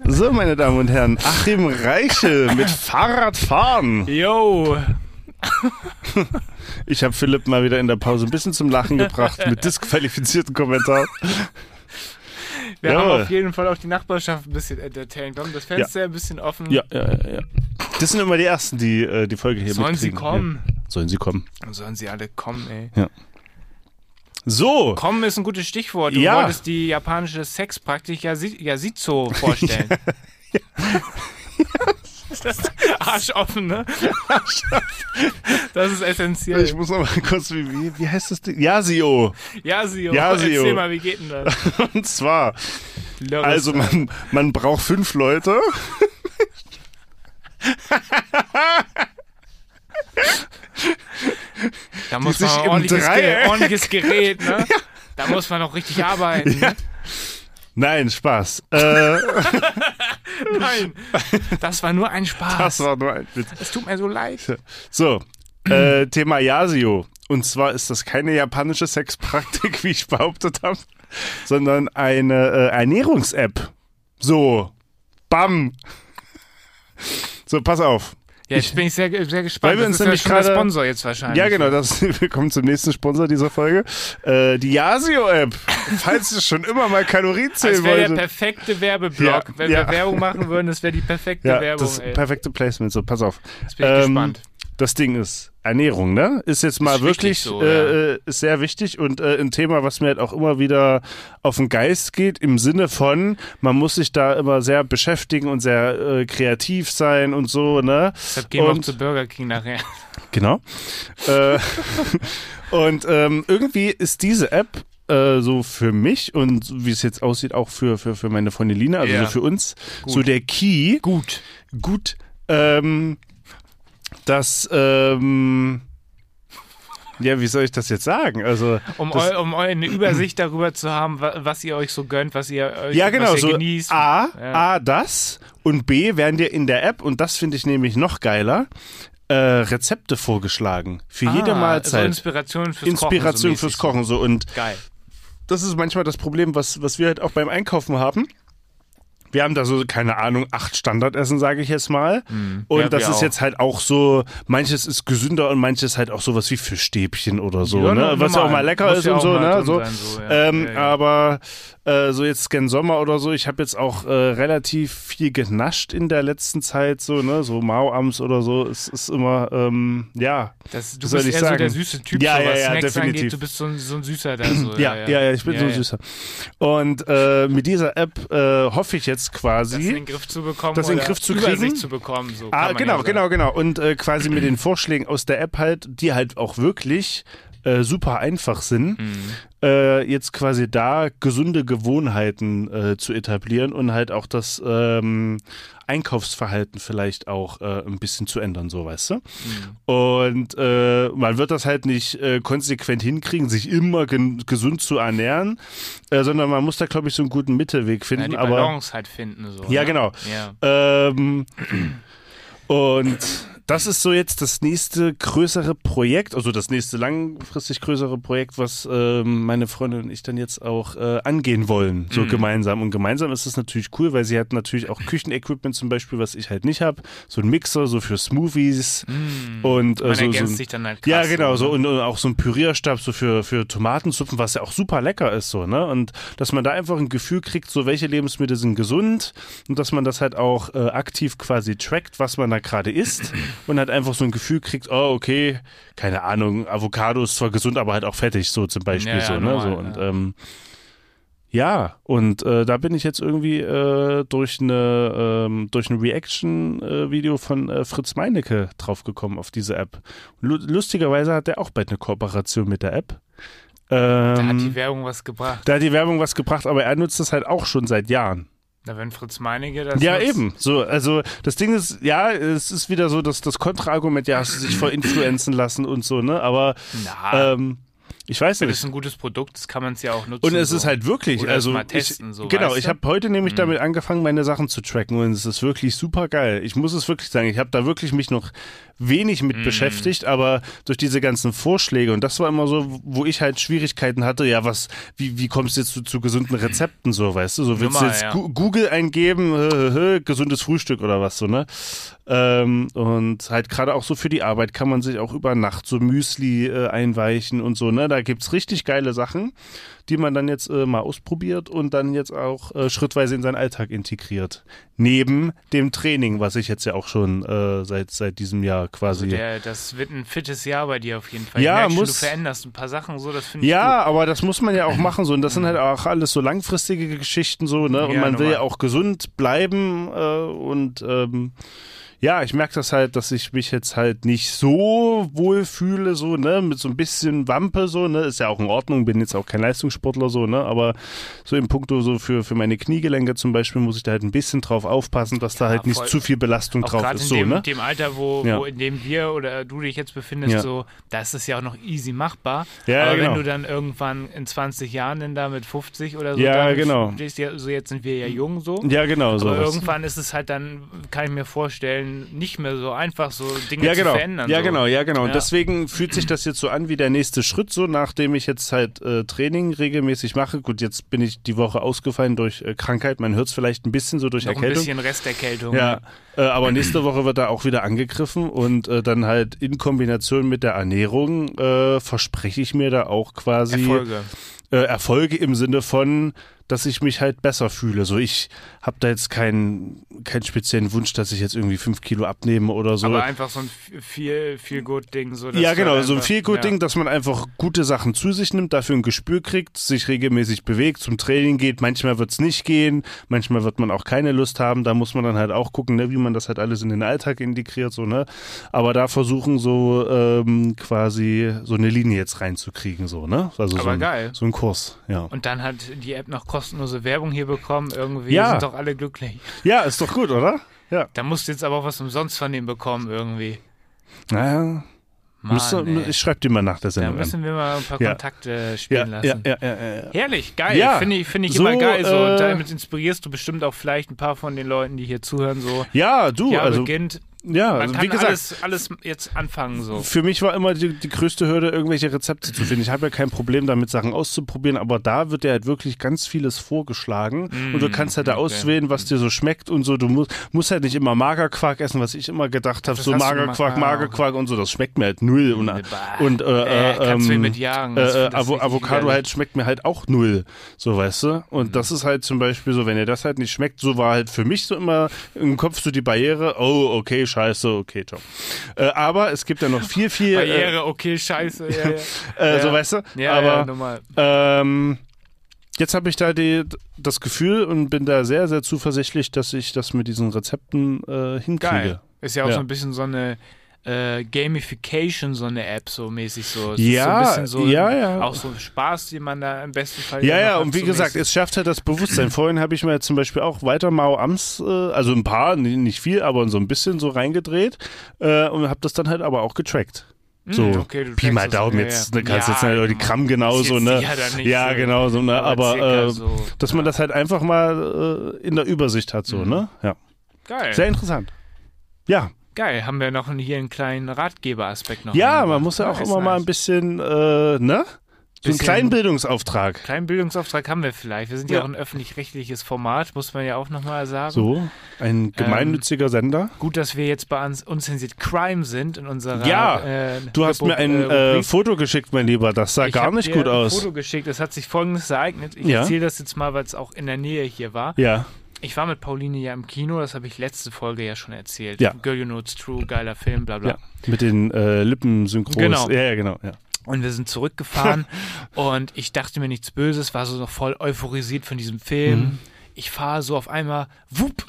[SPEAKER 3] So, meine Damen und Herren, Achim Reichel mit Fahrradfahren.
[SPEAKER 2] Yo,
[SPEAKER 3] Ich habe Philipp mal wieder in der Pause ein bisschen zum Lachen gebracht mit disqualifizierten Kommentaren.
[SPEAKER 2] wir
[SPEAKER 3] Jawohl.
[SPEAKER 2] haben auf jeden Fall auch die Nachbarschaft ein bisschen entertained. Komm, das Fenster ein bisschen offen.
[SPEAKER 3] Ja, ja, ja. Das sind immer die Ersten, die äh, die Folge hier
[SPEAKER 2] Sollen sie
[SPEAKER 3] mitkriegen.
[SPEAKER 2] kommen?
[SPEAKER 3] Ja. Sollen sie kommen.
[SPEAKER 2] Sollen sie alle kommen, ey.
[SPEAKER 3] So.
[SPEAKER 2] Kommen ist ein gutes Stichwort. Du
[SPEAKER 3] Ja.
[SPEAKER 2] wolltest die japanische Sexpraktik Yasi- Yasizo vorstellen. Arsch offen, ne? Das ist
[SPEAKER 3] Ich
[SPEAKER 2] essentiell.
[SPEAKER 3] muss noch mal kurz, wie, wie, wie heißt das Ding? Yasio.
[SPEAKER 2] Yasio,
[SPEAKER 3] Yasio.
[SPEAKER 2] erzähl mal, wie geht denn das?
[SPEAKER 3] Und zwar,
[SPEAKER 2] Lörres.
[SPEAKER 3] also man, man braucht fünf Leute.
[SPEAKER 2] da muss
[SPEAKER 3] sich
[SPEAKER 2] man
[SPEAKER 3] im
[SPEAKER 2] ordentliches,
[SPEAKER 3] Dreieck-
[SPEAKER 2] Ge ordentliches Gerät, ne? Da muss man noch richtig arbeiten. ne?
[SPEAKER 3] Nein, Spaß. Äh,
[SPEAKER 2] Nein, das war nur ein
[SPEAKER 3] das
[SPEAKER 2] Spaß.
[SPEAKER 3] war nur ein Witz.
[SPEAKER 2] Es tut mir so leid.
[SPEAKER 3] So, äh, Thema Yasio. Und zwar ist das keine japanische Sexpraktik, wie ich behauptet habe, sondern eine äh, Ernährungs-App. So, bam. So, pass auf.
[SPEAKER 2] Ja, jetzt bin ich sehr, sehr gespannt.
[SPEAKER 3] Weil wir
[SPEAKER 2] das
[SPEAKER 3] uns
[SPEAKER 2] ist ja
[SPEAKER 3] nämlich
[SPEAKER 2] schon der
[SPEAKER 3] gerade-
[SPEAKER 2] Sponsor jetzt wahrscheinlich.
[SPEAKER 3] Ja, genau, das, wir kommen zum nächsten Sponsor dieser Folge. Äh, die Yasio-App. Falls ihr schon immer mal Kalorien
[SPEAKER 2] Das
[SPEAKER 3] zählen
[SPEAKER 2] wäre der
[SPEAKER 3] wolltet.
[SPEAKER 2] perfekte Werbeblock.
[SPEAKER 3] Ja,
[SPEAKER 2] Wenn
[SPEAKER 3] ja.
[SPEAKER 2] wir Werbung machen würden, das wäre die perfekte
[SPEAKER 3] Ja,
[SPEAKER 2] Werbung.
[SPEAKER 3] das
[SPEAKER 2] ey.
[SPEAKER 3] perfekte Placement. So, pass auf. Ähm,
[SPEAKER 2] Jetzt bin ich gespannt.
[SPEAKER 3] Das Ding ist Ernährung, ne? Ist jetzt mal
[SPEAKER 2] Ist
[SPEAKER 3] wirklich
[SPEAKER 2] wichtig so,
[SPEAKER 3] äh, äh, ist sehr wichtig und äh, ein Thema, was mir halt auch immer wieder auf den Geist geht, im Sinne von, man muss sich da immer sehr beschäftigen und sehr äh, kreativ sein und so, ne?
[SPEAKER 2] Deshalb gehen wir auch
[SPEAKER 3] Und-
[SPEAKER 2] zu Burger King nachher.
[SPEAKER 3] Genau. äh, und ähm, irgendwie ist diese App äh, so für mich und so wie es jetzt aussieht, auch für, für, für meine Freundin Lina, also
[SPEAKER 2] Ja.
[SPEAKER 3] so für uns, so der Key.
[SPEAKER 2] Gut.
[SPEAKER 3] Gut, ähm, dass, ähm, ja, wie soll ich das jetzt sagen? Also,
[SPEAKER 2] Um,
[SPEAKER 3] das,
[SPEAKER 2] eu, um eu eine Übersicht darüber zu haben, wa- was ihr euch so gönnt, was ihr euch
[SPEAKER 3] ja, genau,
[SPEAKER 2] was ihr
[SPEAKER 3] so
[SPEAKER 2] genießt.
[SPEAKER 3] A,
[SPEAKER 2] Ja.
[SPEAKER 3] A, das und B werden dir in der App, und das finde ich nämlich noch geiler, äh, Rezepte vorgeschlagen für jede
[SPEAKER 2] Ah, So
[SPEAKER 3] Mahlzeit.
[SPEAKER 2] Inspiration fürs
[SPEAKER 3] Inspiration
[SPEAKER 2] Kochen. so
[SPEAKER 3] fürs
[SPEAKER 2] mäßig. ne?
[SPEAKER 3] Kochen so und
[SPEAKER 2] Geil.
[SPEAKER 3] das ist manchmal das Problem, was, was wir halt auch beim Einkaufen haben. Wir haben da so, keine Ahnung, acht Standardessen, sage ich jetzt mal. Und
[SPEAKER 2] Mhm. Ja,
[SPEAKER 3] das
[SPEAKER 2] wir
[SPEAKER 3] ist
[SPEAKER 2] auch.
[SPEAKER 3] jetzt halt auch so, manches ist gesünder und manches halt auch sowas wie Fischstäbchen oder so,
[SPEAKER 2] Ja,
[SPEAKER 3] ne?
[SPEAKER 2] normal.
[SPEAKER 3] Was ja auch mal lecker
[SPEAKER 2] Muss
[SPEAKER 3] ist
[SPEAKER 2] ja
[SPEAKER 3] und
[SPEAKER 2] auch
[SPEAKER 3] so,
[SPEAKER 2] mal
[SPEAKER 3] ne?
[SPEAKER 2] drin
[SPEAKER 3] So.
[SPEAKER 2] sein, so, ja.
[SPEAKER 3] Ähm,
[SPEAKER 2] Ja, ja.
[SPEAKER 3] Aber äh, so jetzt gen Sommer oder so, ich habe jetzt auch äh, relativ viel genascht in der letzten Zeit, so, ne? So Mauams oder so, es ist immer, ähm, ja.
[SPEAKER 2] Das, du
[SPEAKER 3] Was soll
[SPEAKER 2] bist
[SPEAKER 3] ich
[SPEAKER 2] eher so
[SPEAKER 3] sagen?
[SPEAKER 2] der süße Typ,
[SPEAKER 3] Ja,
[SPEAKER 2] so,
[SPEAKER 3] ja,
[SPEAKER 2] was
[SPEAKER 3] ja,
[SPEAKER 2] Snacks
[SPEAKER 3] definitiv.
[SPEAKER 2] angeht. Du bist so ein, so ein Süßer da. So.
[SPEAKER 3] Ja, ja, ja, ich bin so ein Süßer. Und äh, mit dieser App äh, hoffe ich jetzt quasi.
[SPEAKER 2] Das in den Griff zu bekommen.
[SPEAKER 3] Das in den
[SPEAKER 2] oder
[SPEAKER 3] Griff zu
[SPEAKER 2] Übersicht
[SPEAKER 3] kriegen?
[SPEAKER 2] zu bekommen. So
[SPEAKER 3] Ah,
[SPEAKER 2] kann man ja
[SPEAKER 3] genau,
[SPEAKER 2] sagen.
[SPEAKER 3] genau, genau. Und äh, quasi mit den Vorschlägen aus der App halt, die halt auch wirklich äh, super einfach sind, äh, jetzt quasi da gesunde Gewohnheiten äh, zu etablieren und halt auch das ähm, Einkaufsverhalten vielleicht auch äh, ein bisschen zu ändern, so weißt du. Und äh, man wird das halt nicht äh, konsequent hinkriegen, sich immer gen- gesund zu ernähren, äh, sondern man muss da, glaube ich, so einen guten Mittelweg
[SPEAKER 2] Ja,
[SPEAKER 3] finden.
[SPEAKER 2] die
[SPEAKER 3] aber
[SPEAKER 2] Balance halt finden. So,
[SPEAKER 3] ja,
[SPEAKER 2] ne?
[SPEAKER 3] genau.
[SPEAKER 2] Ja.
[SPEAKER 3] Ähm, und das ist so jetzt das nächste größere Projekt, also das nächste langfristig größere Projekt, was ähm, meine Freundin und ich dann jetzt auch äh, angehen wollen,
[SPEAKER 2] Mhm.
[SPEAKER 3] so gemeinsam. Und gemeinsam ist es natürlich cool, weil sie hat natürlich auch Küchenequipment zum Beispiel, was ich halt nicht habe, so ein Mixer, so für Smoothies und äh,
[SPEAKER 2] Mhm. Man
[SPEAKER 3] so, so
[SPEAKER 2] ergänzt
[SPEAKER 3] ein
[SPEAKER 2] sich dann halt krass.
[SPEAKER 3] ja, genau, so
[SPEAKER 2] ne?
[SPEAKER 3] und, und auch so ein Pürierstab so für, für Tomatensuppen, was ja auch super lecker ist, so, ne? Und dass man da einfach ein Gefühl kriegt, so welche Lebensmittel sind gesund und dass man das halt auch äh, aktiv quasi trackt, was man da gerade isst und halt einfach so ein Gefühl kriegt, oh, okay, keine Ahnung, Avocado ist zwar gesund, aber halt auch fettig, so zum Beispiel,
[SPEAKER 2] Ja, ja,
[SPEAKER 3] so, ne?
[SPEAKER 2] normal,
[SPEAKER 3] so, und, ähm, ja, und äh, da bin ich jetzt irgendwie äh, durch eine ähm, durch ein Reaction-Video von äh, Fritz Meinecke draufgekommen auf diese App. Lu lustigerweise hat er auch bald eine Kooperation mit der App.
[SPEAKER 2] Da hat die
[SPEAKER 3] Ähm,
[SPEAKER 2] Werbung was gebracht.
[SPEAKER 3] da hat die Werbung was gebracht, aber er nutzt das halt auch schon seit Jahren.
[SPEAKER 2] Na, wenn Fritz Meinecke das.
[SPEAKER 3] ja,
[SPEAKER 2] nutzt,
[SPEAKER 3] eben. So, also das Ding ist, ja, es ist wieder so, dass das Kontraargument, ja, hast du sich voll influenzen lassen und so, ne? Aber
[SPEAKER 2] Na,
[SPEAKER 3] ähm, ich weiß
[SPEAKER 2] das
[SPEAKER 3] nicht.
[SPEAKER 2] ist ein gutes Produkt, das kann man es ja auch nutzen.
[SPEAKER 3] Und es
[SPEAKER 2] so.
[SPEAKER 3] ist halt wirklich,
[SPEAKER 2] Oder
[SPEAKER 3] also
[SPEAKER 2] das mal testen,
[SPEAKER 3] ich,
[SPEAKER 2] so,
[SPEAKER 3] genau,
[SPEAKER 2] weißt
[SPEAKER 3] ich
[SPEAKER 2] du? Mhm.
[SPEAKER 3] habe heute nämlich damit angefangen, meine Sachen zu tracken und es ist wirklich super geil. Ich muss es wirklich sagen, ich habe da wirklich mich noch wenig mit
[SPEAKER 2] Mhm.
[SPEAKER 3] beschäftigt, aber durch diese ganzen Vorschläge und das war immer so, wo ich halt Schwierigkeiten hatte, ja, was wie wie kommst du jetzt zu, zu gesunden Rezepten so, weißt du, so willst du
[SPEAKER 2] Nummer,
[SPEAKER 3] jetzt
[SPEAKER 2] ja.
[SPEAKER 3] Gu- Google eingeben, hä, hä, hä, gesundes Frühstück oder was so, ne? Ähm, und halt gerade auch so für die Arbeit kann man sich auch über Nacht so Müsli äh, einweichen und so, ne? Da gibt es richtig geile Sachen, die man dann jetzt äh, mal ausprobiert und dann jetzt auch äh, schrittweise in seinen Alltag integriert. Neben dem Training, was ich jetzt ja auch schon äh, seit, seit diesem Jahr quasi.
[SPEAKER 2] Also Der, das wird ein fittes Jahr bei dir auf jeden Fall.
[SPEAKER 3] Ja,
[SPEAKER 2] ich merk schon,
[SPEAKER 3] muss-
[SPEAKER 2] du veränderst ein paar Sachen so, das finde ich
[SPEAKER 3] ja, aber das muss man ja auch machen so und das sind halt auch alles so langfristige Geschichten so ne und
[SPEAKER 2] Ja,
[SPEAKER 3] man will ja
[SPEAKER 2] normal.
[SPEAKER 3] auch gesund bleiben äh, und ähm, ja, ich merke das halt, dass ich mich jetzt halt nicht so wohl fühle, so, ne, mit so ein bisschen Wampe, so, ne, ist ja auch in Ordnung, bin jetzt auch kein Leistungssportler, so, ne, aber so im Punkto so für, für meine Kniegelenke zum Beispiel muss ich da halt ein bisschen drauf aufpassen, dass da halt nicht
[SPEAKER 2] voll.
[SPEAKER 3] zu viel Belastung
[SPEAKER 2] Auch
[SPEAKER 3] drauf
[SPEAKER 2] gerade
[SPEAKER 3] ist,
[SPEAKER 2] in
[SPEAKER 3] so,
[SPEAKER 2] dem,
[SPEAKER 3] ne.
[SPEAKER 2] dem Alter, wo,
[SPEAKER 3] Ja.
[SPEAKER 2] wo in dem wir oder du dich jetzt befindest,
[SPEAKER 3] Ja.
[SPEAKER 2] so, da ist es ja auch noch easy machbar.
[SPEAKER 3] Ja,
[SPEAKER 2] Aber
[SPEAKER 3] genau.
[SPEAKER 2] wenn du dann irgendwann in 20 Jahren denn da mit 50 oder so,
[SPEAKER 3] Ja,
[SPEAKER 2] dann
[SPEAKER 3] genau.
[SPEAKER 2] stehst du ja, so jetzt sind wir ja jung so.
[SPEAKER 3] Ja, genau, so.
[SPEAKER 2] Aber irgendwann ist es halt dann, kann ich mir vorstellen, nicht mehr so einfach, so Dinge
[SPEAKER 3] ja, genau.
[SPEAKER 2] zu verändern.
[SPEAKER 3] Ja,
[SPEAKER 2] so.
[SPEAKER 3] genau, ja, genau. Und
[SPEAKER 2] Ja.
[SPEAKER 3] deswegen fühlt sich das jetzt so an wie der nächste Schritt, so nachdem ich jetzt halt äh, Training regelmäßig mache. Gut, jetzt bin ich die Woche ausgefallen durch äh, Krankheit. Man hört es vielleicht ein bisschen so durch
[SPEAKER 2] Noch ein
[SPEAKER 3] Erkältung.
[SPEAKER 2] bisschen Resterkältung. ne?
[SPEAKER 3] Ja, äh, aber nächste Woche wird da auch wieder angegriffen und äh, dann halt in Kombination mit der Ernährung äh, verspreche ich mir da auch quasi
[SPEAKER 2] Erfolge.
[SPEAKER 3] äh, Erfolge im Sinne von, dass ich mich halt besser fühle. So, ich habe da jetzt keinen keinen speziellen Wunsch, dass ich jetzt irgendwie fünf Kilo abnehme oder so.
[SPEAKER 2] Aber einfach so ein viel, viel gut Ding. So, dass
[SPEAKER 3] Ja,
[SPEAKER 2] du
[SPEAKER 3] genau, so ein
[SPEAKER 2] einfach-
[SPEAKER 3] Feel-Good-Ding, dass man einfach gute Sachen zu sich nimmt, dafür ein Gespür kriegt, sich regelmäßig bewegt, zum Training geht. Manchmal wird's nicht gehen, manchmal wird man auch keine Lust haben. Da muss man dann halt auch gucken, ne, wie man das halt alles in den Alltag integriert, so, ne? Aber da versuchen so ähm, quasi so eine Linie jetzt reinzukriegen, so, ne? Also so
[SPEAKER 2] Aber
[SPEAKER 3] ein,
[SPEAKER 2] geil.
[SPEAKER 3] So ein Kurs, ja.
[SPEAKER 2] Und dann hat die App noch kostenlose Werbung hier bekommen. Irgendwie
[SPEAKER 3] Ja.
[SPEAKER 2] sind doch alle glücklich.
[SPEAKER 3] Ja, ist doch gut, oder? Ja.
[SPEAKER 2] Da musst du jetzt aber auch was umsonst von dem bekommen irgendwie.
[SPEAKER 3] Naja,
[SPEAKER 2] Mann,
[SPEAKER 3] müsste-
[SPEAKER 2] ey.
[SPEAKER 3] ich schreibe dir mal nach der
[SPEAKER 2] da
[SPEAKER 3] Sendung an.
[SPEAKER 2] müssen wir mal ein paar
[SPEAKER 3] Ja.
[SPEAKER 2] Kontakte
[SPEAKER 3] Ja,
[SPEAKER 2] spielen
[SPEAKER 3] ja, ja,
[SPEAKER 2] lassen.
[SPEAKER 3] ja, ja, ja.
[SPEAKER 2] Herrlich, geil.
[SPEAKER 3] Ja.
[SPEAKER 2] Finde ich, finde ich
[SPEAKER 3] So,
[SPEAKER 2] immer geil. So.
[SPEAKER 3] äh,
[SPEAKER 2] Und damit inspirierst du bestimmt auch vielleicht ein paar von den Leuten, die hier zuhören. So,
[SPEAKER 3] Ja, du,
[SPEAKER 2] ja,
[SPEAKER 3] also,
[SPEAKER 2] beginnt.
[SPEAKER 3] ja,
[SPEAKER 2] Man
[SPEAKER 3] also,
[SPEAKER 2] kann
[SPEAKER 3] wie gesagt,
[SPEAKER 2] alles, alles jetzt anfangen. So.
[SPEAKER 3] Für mich war immer die, die größte Hürde, irgendwelche Rezepte zu finden. Ich habe ja kein Problem damit, Sachen auszuprobieren, aber da wird dir halt wirklich ganz vieles vorgeschlagen und du kannst halt da
[SPEAKER 2] Mm, okay.
[SPEAKER 3] auswählen, was dir so schmeckt und so. Du musst, musst halt nicht immer Magerquark essen, was ich immer gedacht habe,
[SPEAKER 2] Das
[SPEAKER 3] so
[SPEAKER 2] hast du
[SPEAKER 3] Magerquark,
[SPEAKER 2] gemacht, ja.
[SPEAKER 3] Magerquark und so, das schmeckt mir halt null. Und,
[SPEAKER 2] Bah.
[SPEAKER 3] und äh,
[SPEAKER 2] Äh,
[SPEAKER 3] äh,
[SPEAKER 2] kannst du ihn
[SPEAKER 3] ähm,
[SPEAKER 2] mit jagen. Das-
[SPEAKER 3] äh, äh,
[SPEAKER 2] das ne? ist
[SPEAKER 3] Avo
[SPEAKER 2] richtig
[SPEAKER 3] Avocado
[SPEAKER 2] widerlich.
[SPEAKER 3] halt schmeckt mir halt auch null, so weißt du. Und
[SPEAKER 2] Mhm.
[SPEAKER 3] das ist halt zum Beispiel so, wenn dir das halt nicht schmeckt, so war halt für mich so immer im Kopf so die Barriere, oh, okay, scheiße, okay, ciao. Äh, aber es gibt ja noch viel, viel.
[SPEAKER 2] Barriere, okay, scheiße. Ja, ja.
[SPEAKER 3] Äh, äh, So
[SPEAKER 2] Ja.
[SPEAKER 3] weißt du?
[SPEAKER 2] ja, ja
[SPEAKER 3] aber
[SPEAKER 2] nochmal.
[SPEAKER 3] ähm, jetzt habe ich da die, das Gefühl und bin da sehr, sehr zuversichtlich, dass ich das mit diesen Rezepten äh, hinkriege.
[SPEAKER 2] Geil. Ist ja auch
[SPEAKER 3] Ja.
[SPEAKER 2] so ein bisschen so eine äh, Gamification, so eine App, so mäßig so. Es
[SPEAKER 3] Ja,
[SPEAKER 2] ist so ein bisschen so
[SPEAKER 3] ja, ja.
[SPEAKER 2] auch so Spaß, den man da im besten Fall.
[SPEAKER 3] Ja,
[SPEAKER 2] noch
[SPEAKER 3] ja,
[SPEAKER 2] hat,
[SPEAKER 3] und wie
[SPEAKER 2] so
[SPEAKER 3] gesagt,
[SPEAKER 2] mäßig.
[SPEAKER 3] es schafft halt das Bewusstsein. Vorhin habe ich mir zum Beispiel auch weiter Mao Ams, äh, also ein paar, n- nicht viel, aber so ein bisschen so reingedreht äh, und habe das dann halt aber auch getrackt. So,
[SPEAKER 2] Hm, okay, du
[SPEAKER 3] Pi mal
[SPEAKER 2] trackst das,
[SPEAKER 3] Daumen,
[SPEAKER 2] ja,
[SPEAKER 3] jetzt
[SPEAKER 2] ja.
[SPEAKER 3] ne, kannst
[SPEAKER 2] Ja,
[SPEAKER 3] jetzt nicht die
[SPEAKER 2] genau.
[SPEAKER 3] Gramm
[SPEAKER 2] Ist
[SPEAKER 3] genauso,
[SPEAKER 2] jetzt
[SPEAKER 3] ne?
[SPEAKER 2] sicher dann nicht
[SPEAKER 3] ja,
[SPEAKER 2] so.
[SPEAKER 3] genau so, ne?
[SPEAKER 2] Aber circa
[SPEAKER 3] Aber äh,
[SPEAKER 2] so,
[SPEAKER 3] dass man das halt einfach mal äh, in der Übersicht hat, so,
[SPEAKER 2] Mhm.
[SPEAKER 3] ne? Ja.
[SPEAKER 2] Geil.
[SPEAKER 3] Sehr interessant. Ja,
[SPEAKER 2] Geil, haben wir noch einen- hier einen kleinen Ratgeberaspekt noch.
[SPEAKER 3] ja, man
[SPEAKER 2] reingebracht.
[SPEAKER 3] muss ja auch
[SPEAKER 2] Nice,
[SPEAKER 3] immer mal
[SPEAKER 2] nice.
[SPEAKER 3] ein bisschen, äh, ne? So
[SPEAKER 2] Bisschen-
[SPEAKER 3] einen kleinen Bildungsauftrag.
[SPEAKER 2] Kleinen Bildungsauftrag haben wir vielleicht. Wir sind ja,
[SPEAKER 3] Ja.
[SPEAKER 2] auch ein öffentlich-rechtliches Format, muss man ja auch nochmal sagen.
[SPEAKER 3] So, ein gemeinnütziger Sender.
[SPEAKER 2] Gut, dass wir jetzt bei uns unzensiert Crime sind in unserer.
[SPEAKER 3] Ja,
[SPEAKER 2] äh,
[SPEAKER 3] Du hast mir ein
[SPEAKER 2] Rubrik.
[SPEAKER 3] äh, Foto geschickt, mein Lieber. Das sah
[SPEAKER 2] Ich
[SPEAKER 3] gar
[SPEAKER 2] hab
[SPEAKER 3] nicht
[SPEAKER 2] dir
[SPEAKER 3] gut
[SPEAKER 2] Ein
[SPEAKER 3] aus.
[SPEAKER 2] Foto geschickt. Es hat sich folgendes ereignet. Ich
[SPEAKER 3] Ja.
[SPEAKER 2] erzähle das jetzt mal, weil es auch in der Nähe hier war.
[SPEAKER 3] Ja,
[SPEAKER 2] Ich war mit Pauline ja im Kino, das habe ich letzte Folge ja schon erzählt.
[SPEAKER 3] Ja.
[SPEAKER 2] Girl You Know It's True, geiler Film, bla bla.
[SPEAKER 3] ja. Mit den äh, Lippen synchron.
[SPEAKER 2] Genau.
[SPEAKER 3] Ja, ja, genau. Ja.
[SPEAKER 2] Und wir sind zurückgefahren und ich dachte mir nichts Böses, war so noch voll euphorisiert von diesem Film.
[SPEAKER 3] Mhm.
[SPEAKER 2] Ich fahre so auf einmal, wupp,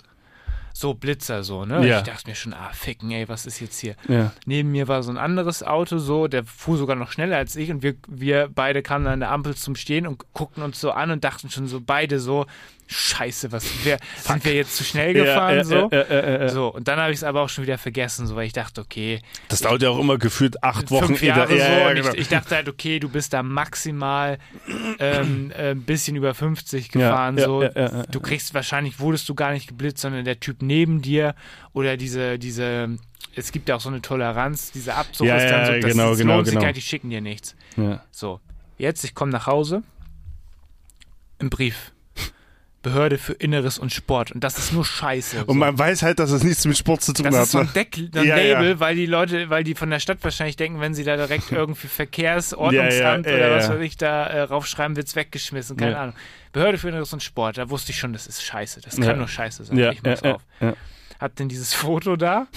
[SPEAKER 2] so Blitzer so, ne?
[SPEAKER 3] Ja.
[SPEAKER 2] Ich dachte mir schon, ah, ficken, ey, was ist jetzt hier?
[SPEAKER 3] Ja.
[SPEAKER 2] Neben mir war so ein anderes Auto so, der fuhr sogar noch schneller als ich und wir, wir beide kamen dann an der Ampel zum Stehen und guckten uns so an und dachten schon so beide so, scheiße, was, wer, sind wir jetzt zu schnell gefahren
[SPEAKER 3] ja,
[SPEAKER 2] so?
[SPEAKER 3] Äh, äh, äh, äh.
[SPEAKER 2] So, und dann habe ich es aber auch schon wieder vergessen, so, weil ich dachte, okay,
[SPEAKER 3] Das dauert ja auch immer gefühlt acht Wochen.
[SPEAKER 2] fünf
[SPEAKER 3] ehe da-
[SPEAKER 2] Jahre so.
[SPEAKER 3] ja, ja,
[SPEAKER 2] und
[SPEAKER 3] genau.
[SPEAKER 2] ich, ich dachte halt, okay, du bist da maximal ähm, äh, ein bisschen über 50 gefahren.
[SPEAKER 3] ja,
[SPEAKER 2] so.
[SPEAKER 3] ja, ja, ja.
[SPEAKER 2] Du kriegst wahrscheinlich, wurdest du gar nicht geblitzt, sondern der Typ neben dir oder diese, diese, es gibt ja auch so eine Toleranz, diese Abzug
[SPEAKER 3] Ja,
[SPEAKER 2] ist dann
[SPEAKER 3] ja,
[SPEAKER 2] so, das,
[SPEAKER 3] genau,
[SPEAKER 2] das
[SPEAKER 3] genau,
[SPEAKER 2] lohnt sich
[SPEAKER 3] genau.
[SPEAKER 2] gar nicht, die schicken dir nichts.
[SPEAKER 3] ja.
[SPEAKER 2] So, jetzt, ich komme nach Hause, ein Brief. Behörde für Inneres und Sport. Und das ist nur scheiße.
[SPEAKER 3] Und
[SPEAKER 2] so.
[SPEAKER 3] man weiß halt, dass es nichts mit Sport zu tun
[SPEAKER 2] Das
[SPEAKER 3] hat.
[SPEAKER 2] ist so
[SPEAKER 3] ne?
[SPEAKER 2] ein, Deckel, ein
[SPEAKER 3] Ja, ja.
[SPEAKER 2] Label, weil die Leute, weil die von der Stadt wahrscheinlich denken, wenn sie da direkt irgendwie Verkehrsordnungsamt
[SPEAKER 3] Ja, ja, ja,
[SPEAKER 2] oder was
[SPEAKER 3] ja.
[SPEAKER 2] weiß ich da äh, raufschreiben, wird's weggeschmissen, keine
[SPEAKER 3] Ja.
[SPEAKER 2] Ahnung. Behörde für Inneres und Sport, da wusste ich schon, das ist scheiße. Das kann
[SPEAKER 3] Ja.
[SPEAKER 2] nur scheiße sein.
[SPEAKER 3] ja,
[SPEAKER 2] ich mach's
[SPEAKER 3] ja,
[SPEAKER 2] auf.
[SPEAKER 3] ja, ja.
[SPEAKER 2] Hab denn dieses Foto da?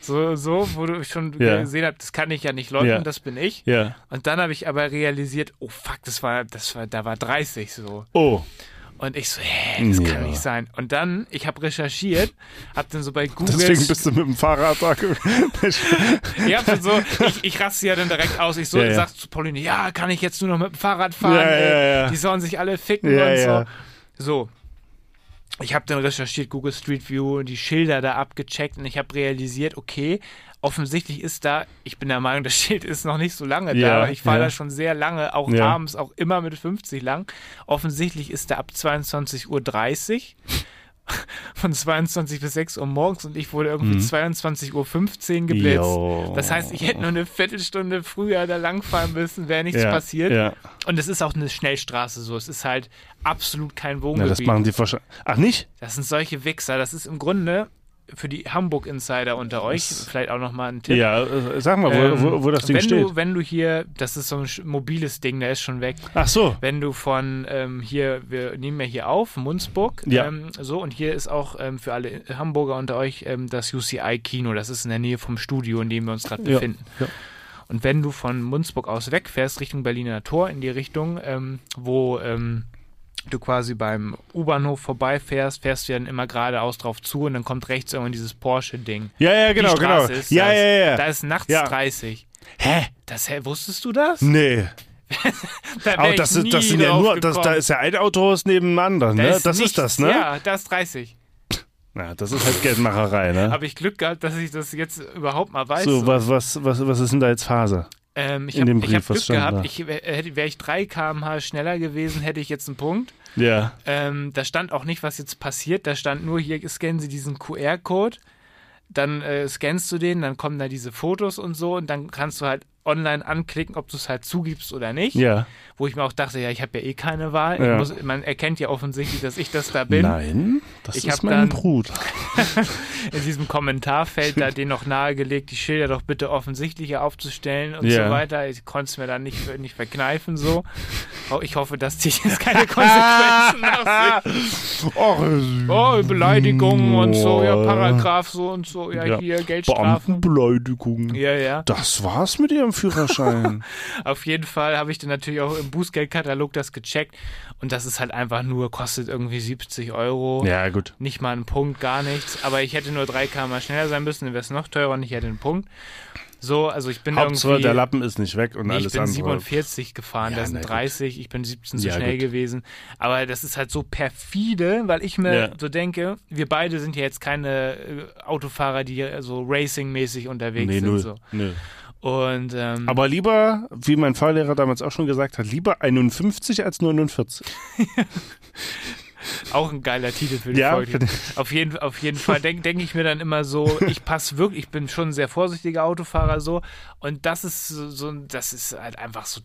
[SPEAKER 2] So, so, wo du schon
[SPEAKER 3] Ja.
[SPEAKER 2] gesehen hast, das kann ich ja nicht leugnen,
[SPEAKER 3] Ja.
[SPEAKER 2] das bin ich.
[SPEAKER 3] ja.
[SPEAKER 2] Und dann habe ich aber realisiert, oh fuck, das war, das war, da war 30 so.
[SPEAKER 3] Oh,
[SPEAKER 2] Und ich so, hä, das kann
[SPEAKER 3] Ja.
[SPEAKER 2] nicht sein. Und dann, ich habe recherchiert, habe dann so bei Google
[SPEAKER 3] deswegen bist du mit dem Fahrrad da. ge-
[SPEAKER 2] Ja, für so, ich, ich raste ja dann direkt aus. Ich so
[SPEAKER 3] Ja, ja.
[SPEAKER 2] sag zu Pauline, ja, kann ich jetzt nur noch mit dem Fahrrad fahren?
[SPEAKER 3] Ja,
[SPEAKER 2] ey?
[SPEAKER 3] ja, ja.
[SPEAKER 2] Die sollen sich alle ficken
[SPEAKER 3] Ja,
[SPEAKER 2] und so.
[SPEAKER 3] ja.
[SPEAKER 2] So. Ich habe dann recherchiert, Google Street View und die Schilder da abgecheckt und ich habe realisiert, okay, offensichtlich ist da, ich bin der Meinung, das Schild ist noch nicht so lange da,
[SPEAKER 3] Ja,
[SPEAKER 2] aber ich fahre
[SPEAKER 3] ja.
[SPEAKER 2] da schon sehr lange, auch
[SPEAKER 3] Ja.
[SPEAKER 2] abends, auch immer mit 50 lang. Offensichtlich ist da ab 22.30 Uhr von 22 bis 6 Uhr morgens und ich wurde irgendwie 22.15 Uhr geblitzt.
[SPEAKER 3] Mhm. Jo.
[SPEAKER 2] Das heißt, ich hätte nur eine Viertelstunde früher da langfahren müssen, wäre nichts
[SPEAKER 3] Ja,
[SPEAKER 2] passiert.
[SPEAKER 3] Ja.
[SPEAKER 2] Und es ist auch eine Schnellstraße so. Es ist halt absolut kein
[SPEAKER 3] Na,
[SPEAKER 2] Wohngebiet.
[SPEAKER 3] das machen die wahrscheinlich. Ach, nicht?
[SPEAKER 2] Das sind solche Wichser. Das ist im Grunde für die Hamburg-Insider unter euch vielleicht auch nochmal ein Tipp.
[SPEAKER 3] Ja, äh, sag mal, wo,
[SPEAKER 2] Ähm,
[SPEAKER 3] wo, wo das Ding
[SPEAKER 2] wenn
[SPEAKER 3] steht.
[SPEAKER 2] Du, wenn du hier, das ist so ein sch- mobiles Ding, der ist schon weg.
[SPEAKER 3] Ach so.
[SPEAKER 2] Wenn du von ähm, hier, wir nehmen ja hier auf, Munzburg,
[SPEAKER 3] Ja.
[SPEAKER 2] ähm, so und hier ist auch ähm, für alle Hamburger unter euch ähm, das UCI-Kino. Das ist in der Nähe vom Studio, in dem wir uns gerade
[SPEAKER 3] Ja,
[SPEAKER 2] befinden.
[SPEAKER 3] ja.
[SPEAKER 2] Und wenn du von Munzburg aus wegfährst, Richtung Berliner Tor, in die Richtung, ähm, wo ähm, du quasi beim U-Bahnhof vorbeifährst, fährst du dann immer geradeaus drauf zu und dann kommt rechts irgendwann dieses Porsche-Ding.
[SPEAKER 3] Ja, ja, genau,
[SPEAKER 2] die Straße
[SPEAKER 3] genau.
[SPEAKER 2] Ist
[SPEAKER 3] ja,
[SPEAKER 2] das.
[SPEAKER 3] ja, ja,
[SPEAKER 2] Da ist nachts
[SPEAKER 3] Ja.
[SPEAKER 2] 30.
[SPEAKER 3] Hä?
[SPEAKER 2] Das, hä, wusstest du das?
[SPEAKER 3] Nee.
[SPEAKER 2] Da wär
[SPEAKER 3] Aber
[SPEAKER 2] ich
[SPEAKER 3] Oh, das, ist-
[SPEAKER 2] nie
[SPEAKER 3] das sind ja
[SPEAKER 2] drauf
[SPEAKER 3] nur, das, da
[SPEAKER 2] gekommen.
[SPEAKER 3] ist ja ein Autohaus neben dem anderen, ne? das
[SPEAKER 2] nichts.
[SPEAKER 3] ist das, ne?
[SPEAKER 2] Ja, da ist 30.
[SPEAKER 3] Na, das ist halt Geldmacherei, ne?
[SPEAKER 2] Habe ich Glück gehabt, dass ich das jetzt überhaupt mal weiß.
[SPEAKER 3] So, was, was, was, was ist denn da jetzt Phase?
[SPEAKER 2] ähm, ich
[SPEAKER 3] in
[SPEAKER 2] habe
[SPEAKER 3] dem
[SPEAKER 2] hab
[SPEAKER 3] Brief, was
[SPEAKER 2] Glück
[SPEAKER 3] stand da?
[SPEAKER 2] gehabt. Ich, wäre ich 3 km/h schneller gewesen, hätte ich jetzt einen Punkt.
[SPEAKER 3] Ja.
[SPEAKER 2] Ähm, da stand auch nicht, was jetzt passiert. Da stand nur, hier scannen Sie diesen QR-Code, dann äh, scannst du den, dann kommen da diese Fotos und so und dann kannst du halt online anklicken, ob du es halt zugibst oder nicht.
[SPEAKER 3] Ja.
[SPEAKER 2] Wo ich mir auch dachte, ja, ich habe ja eh keine Wahl.
[SPEAKER 3] Ja.
[SPEAKER 2] Ich muss, man erkennt ja offensichtlich, dass ich das da bin.
[SPEAKER 3] Nein, das
[SPEAKER 2] Ich
[SPEAKER 3] ist
[SPEAKER 2] hab
[SPEAKER 3] mein
[SPEAKER 2] dann-
[SPEAKER 3] Bruder.
[SPEAKER 2] in diesem Kommentarfeld da denen noch nahegelegt, die Schilder doch bitte offensichtlicher aufzustellen und
[SPEAKER 3] Ja.
[SPEAKER 2] so weiter. Ich konnte es mir dann nicht, nicht verkneifen so. Oh, Ich hoffe, dass die jetzt keine Konsequenzen nach sich.
[SPEAKER 3] Och,
[SPEAKER 2] Oh, Beleidigungen und so, ja, Paragraph so und so, ja,
[SPEAKER 3] Ja.
[SPEAKER 2] hier, Geldstrafen.
[SPEAKER 3] Beamtenbeleidigung.
[SPEAKER 2] Ja, ja.
[SPEAKER 3] Das war's mit ihrem Führerschein.
[SPEAKER 2] Auf jeden Fall habe ich dann natürlich auch im Bußgeldkatalog das gecheckt und das ist halt einfach nur, kostet irgendwie 70 Euro.
[SPEAKER 3] ja, gut.
[SPEAKER 2] Nicht mal einen Punkt, gar nichts. Aber ich hätte nur 3 km schneller sein müssen, dann wäre es noch teurer und ich hätte einen Punkt. So, also ich bin
[SPEAKER 3] Hauptsache,
[SPEAKER 2] irgendwie...
[SPEAKER 3] der Lappen ist nicht weg und
[SPEAKER 2] Nee,
[SPEAKER 3] alles
[SPEAKER 2] ich bin
[SPEAKER 3] andere.
[SPEAKER 2] 47 gefahren,
[SPEAKER 3] Ja,
[SPEAKER 2] da sind
[SPEAKER 3] na gut.
[SPEAKER 2] 30, ich bin 17 so
[SPEAKER 3] Ja,
[SPEAKER 2] schnell
[SPEAKER 3] gut.
[SPEAKER 2] gewesen. Aber das ist halt so perfide, weil ich mir
[SPEAKER 3] Ja.
[SPEAKER 2] so denke, wir beide sind ja jetzt keine äh, Autofahrer, die äh, so racing-mäßig unterwegs
[SPEAKER 3] Nee,
[SPEAKER 2] sind.
[SPEAKER 3] null.
[SPEAKER 2] So.
[SPEAKER 3] Nö.
[SPEAKER 2] Und ähm,
[SPEAKER 3] Aber lieber, wie mein Fahrlehrer damals auch schon gesagt hat, lieber 51 als 49.
[SPEAKER 2] auch ein geiler Titel für die
[SPEAKER 3] Ja,
[SPEAKER 2] Folge.
[SPEAKER 3] finde
[SPEAKER 2] Auf jeden, auf jeden Fall denke denk ich mir dann immer so, ich passe wirklich, ich bin schon ein sehr vorsichtiger Autofahrer so. Und das ist so, so ein- das ist halt einfach so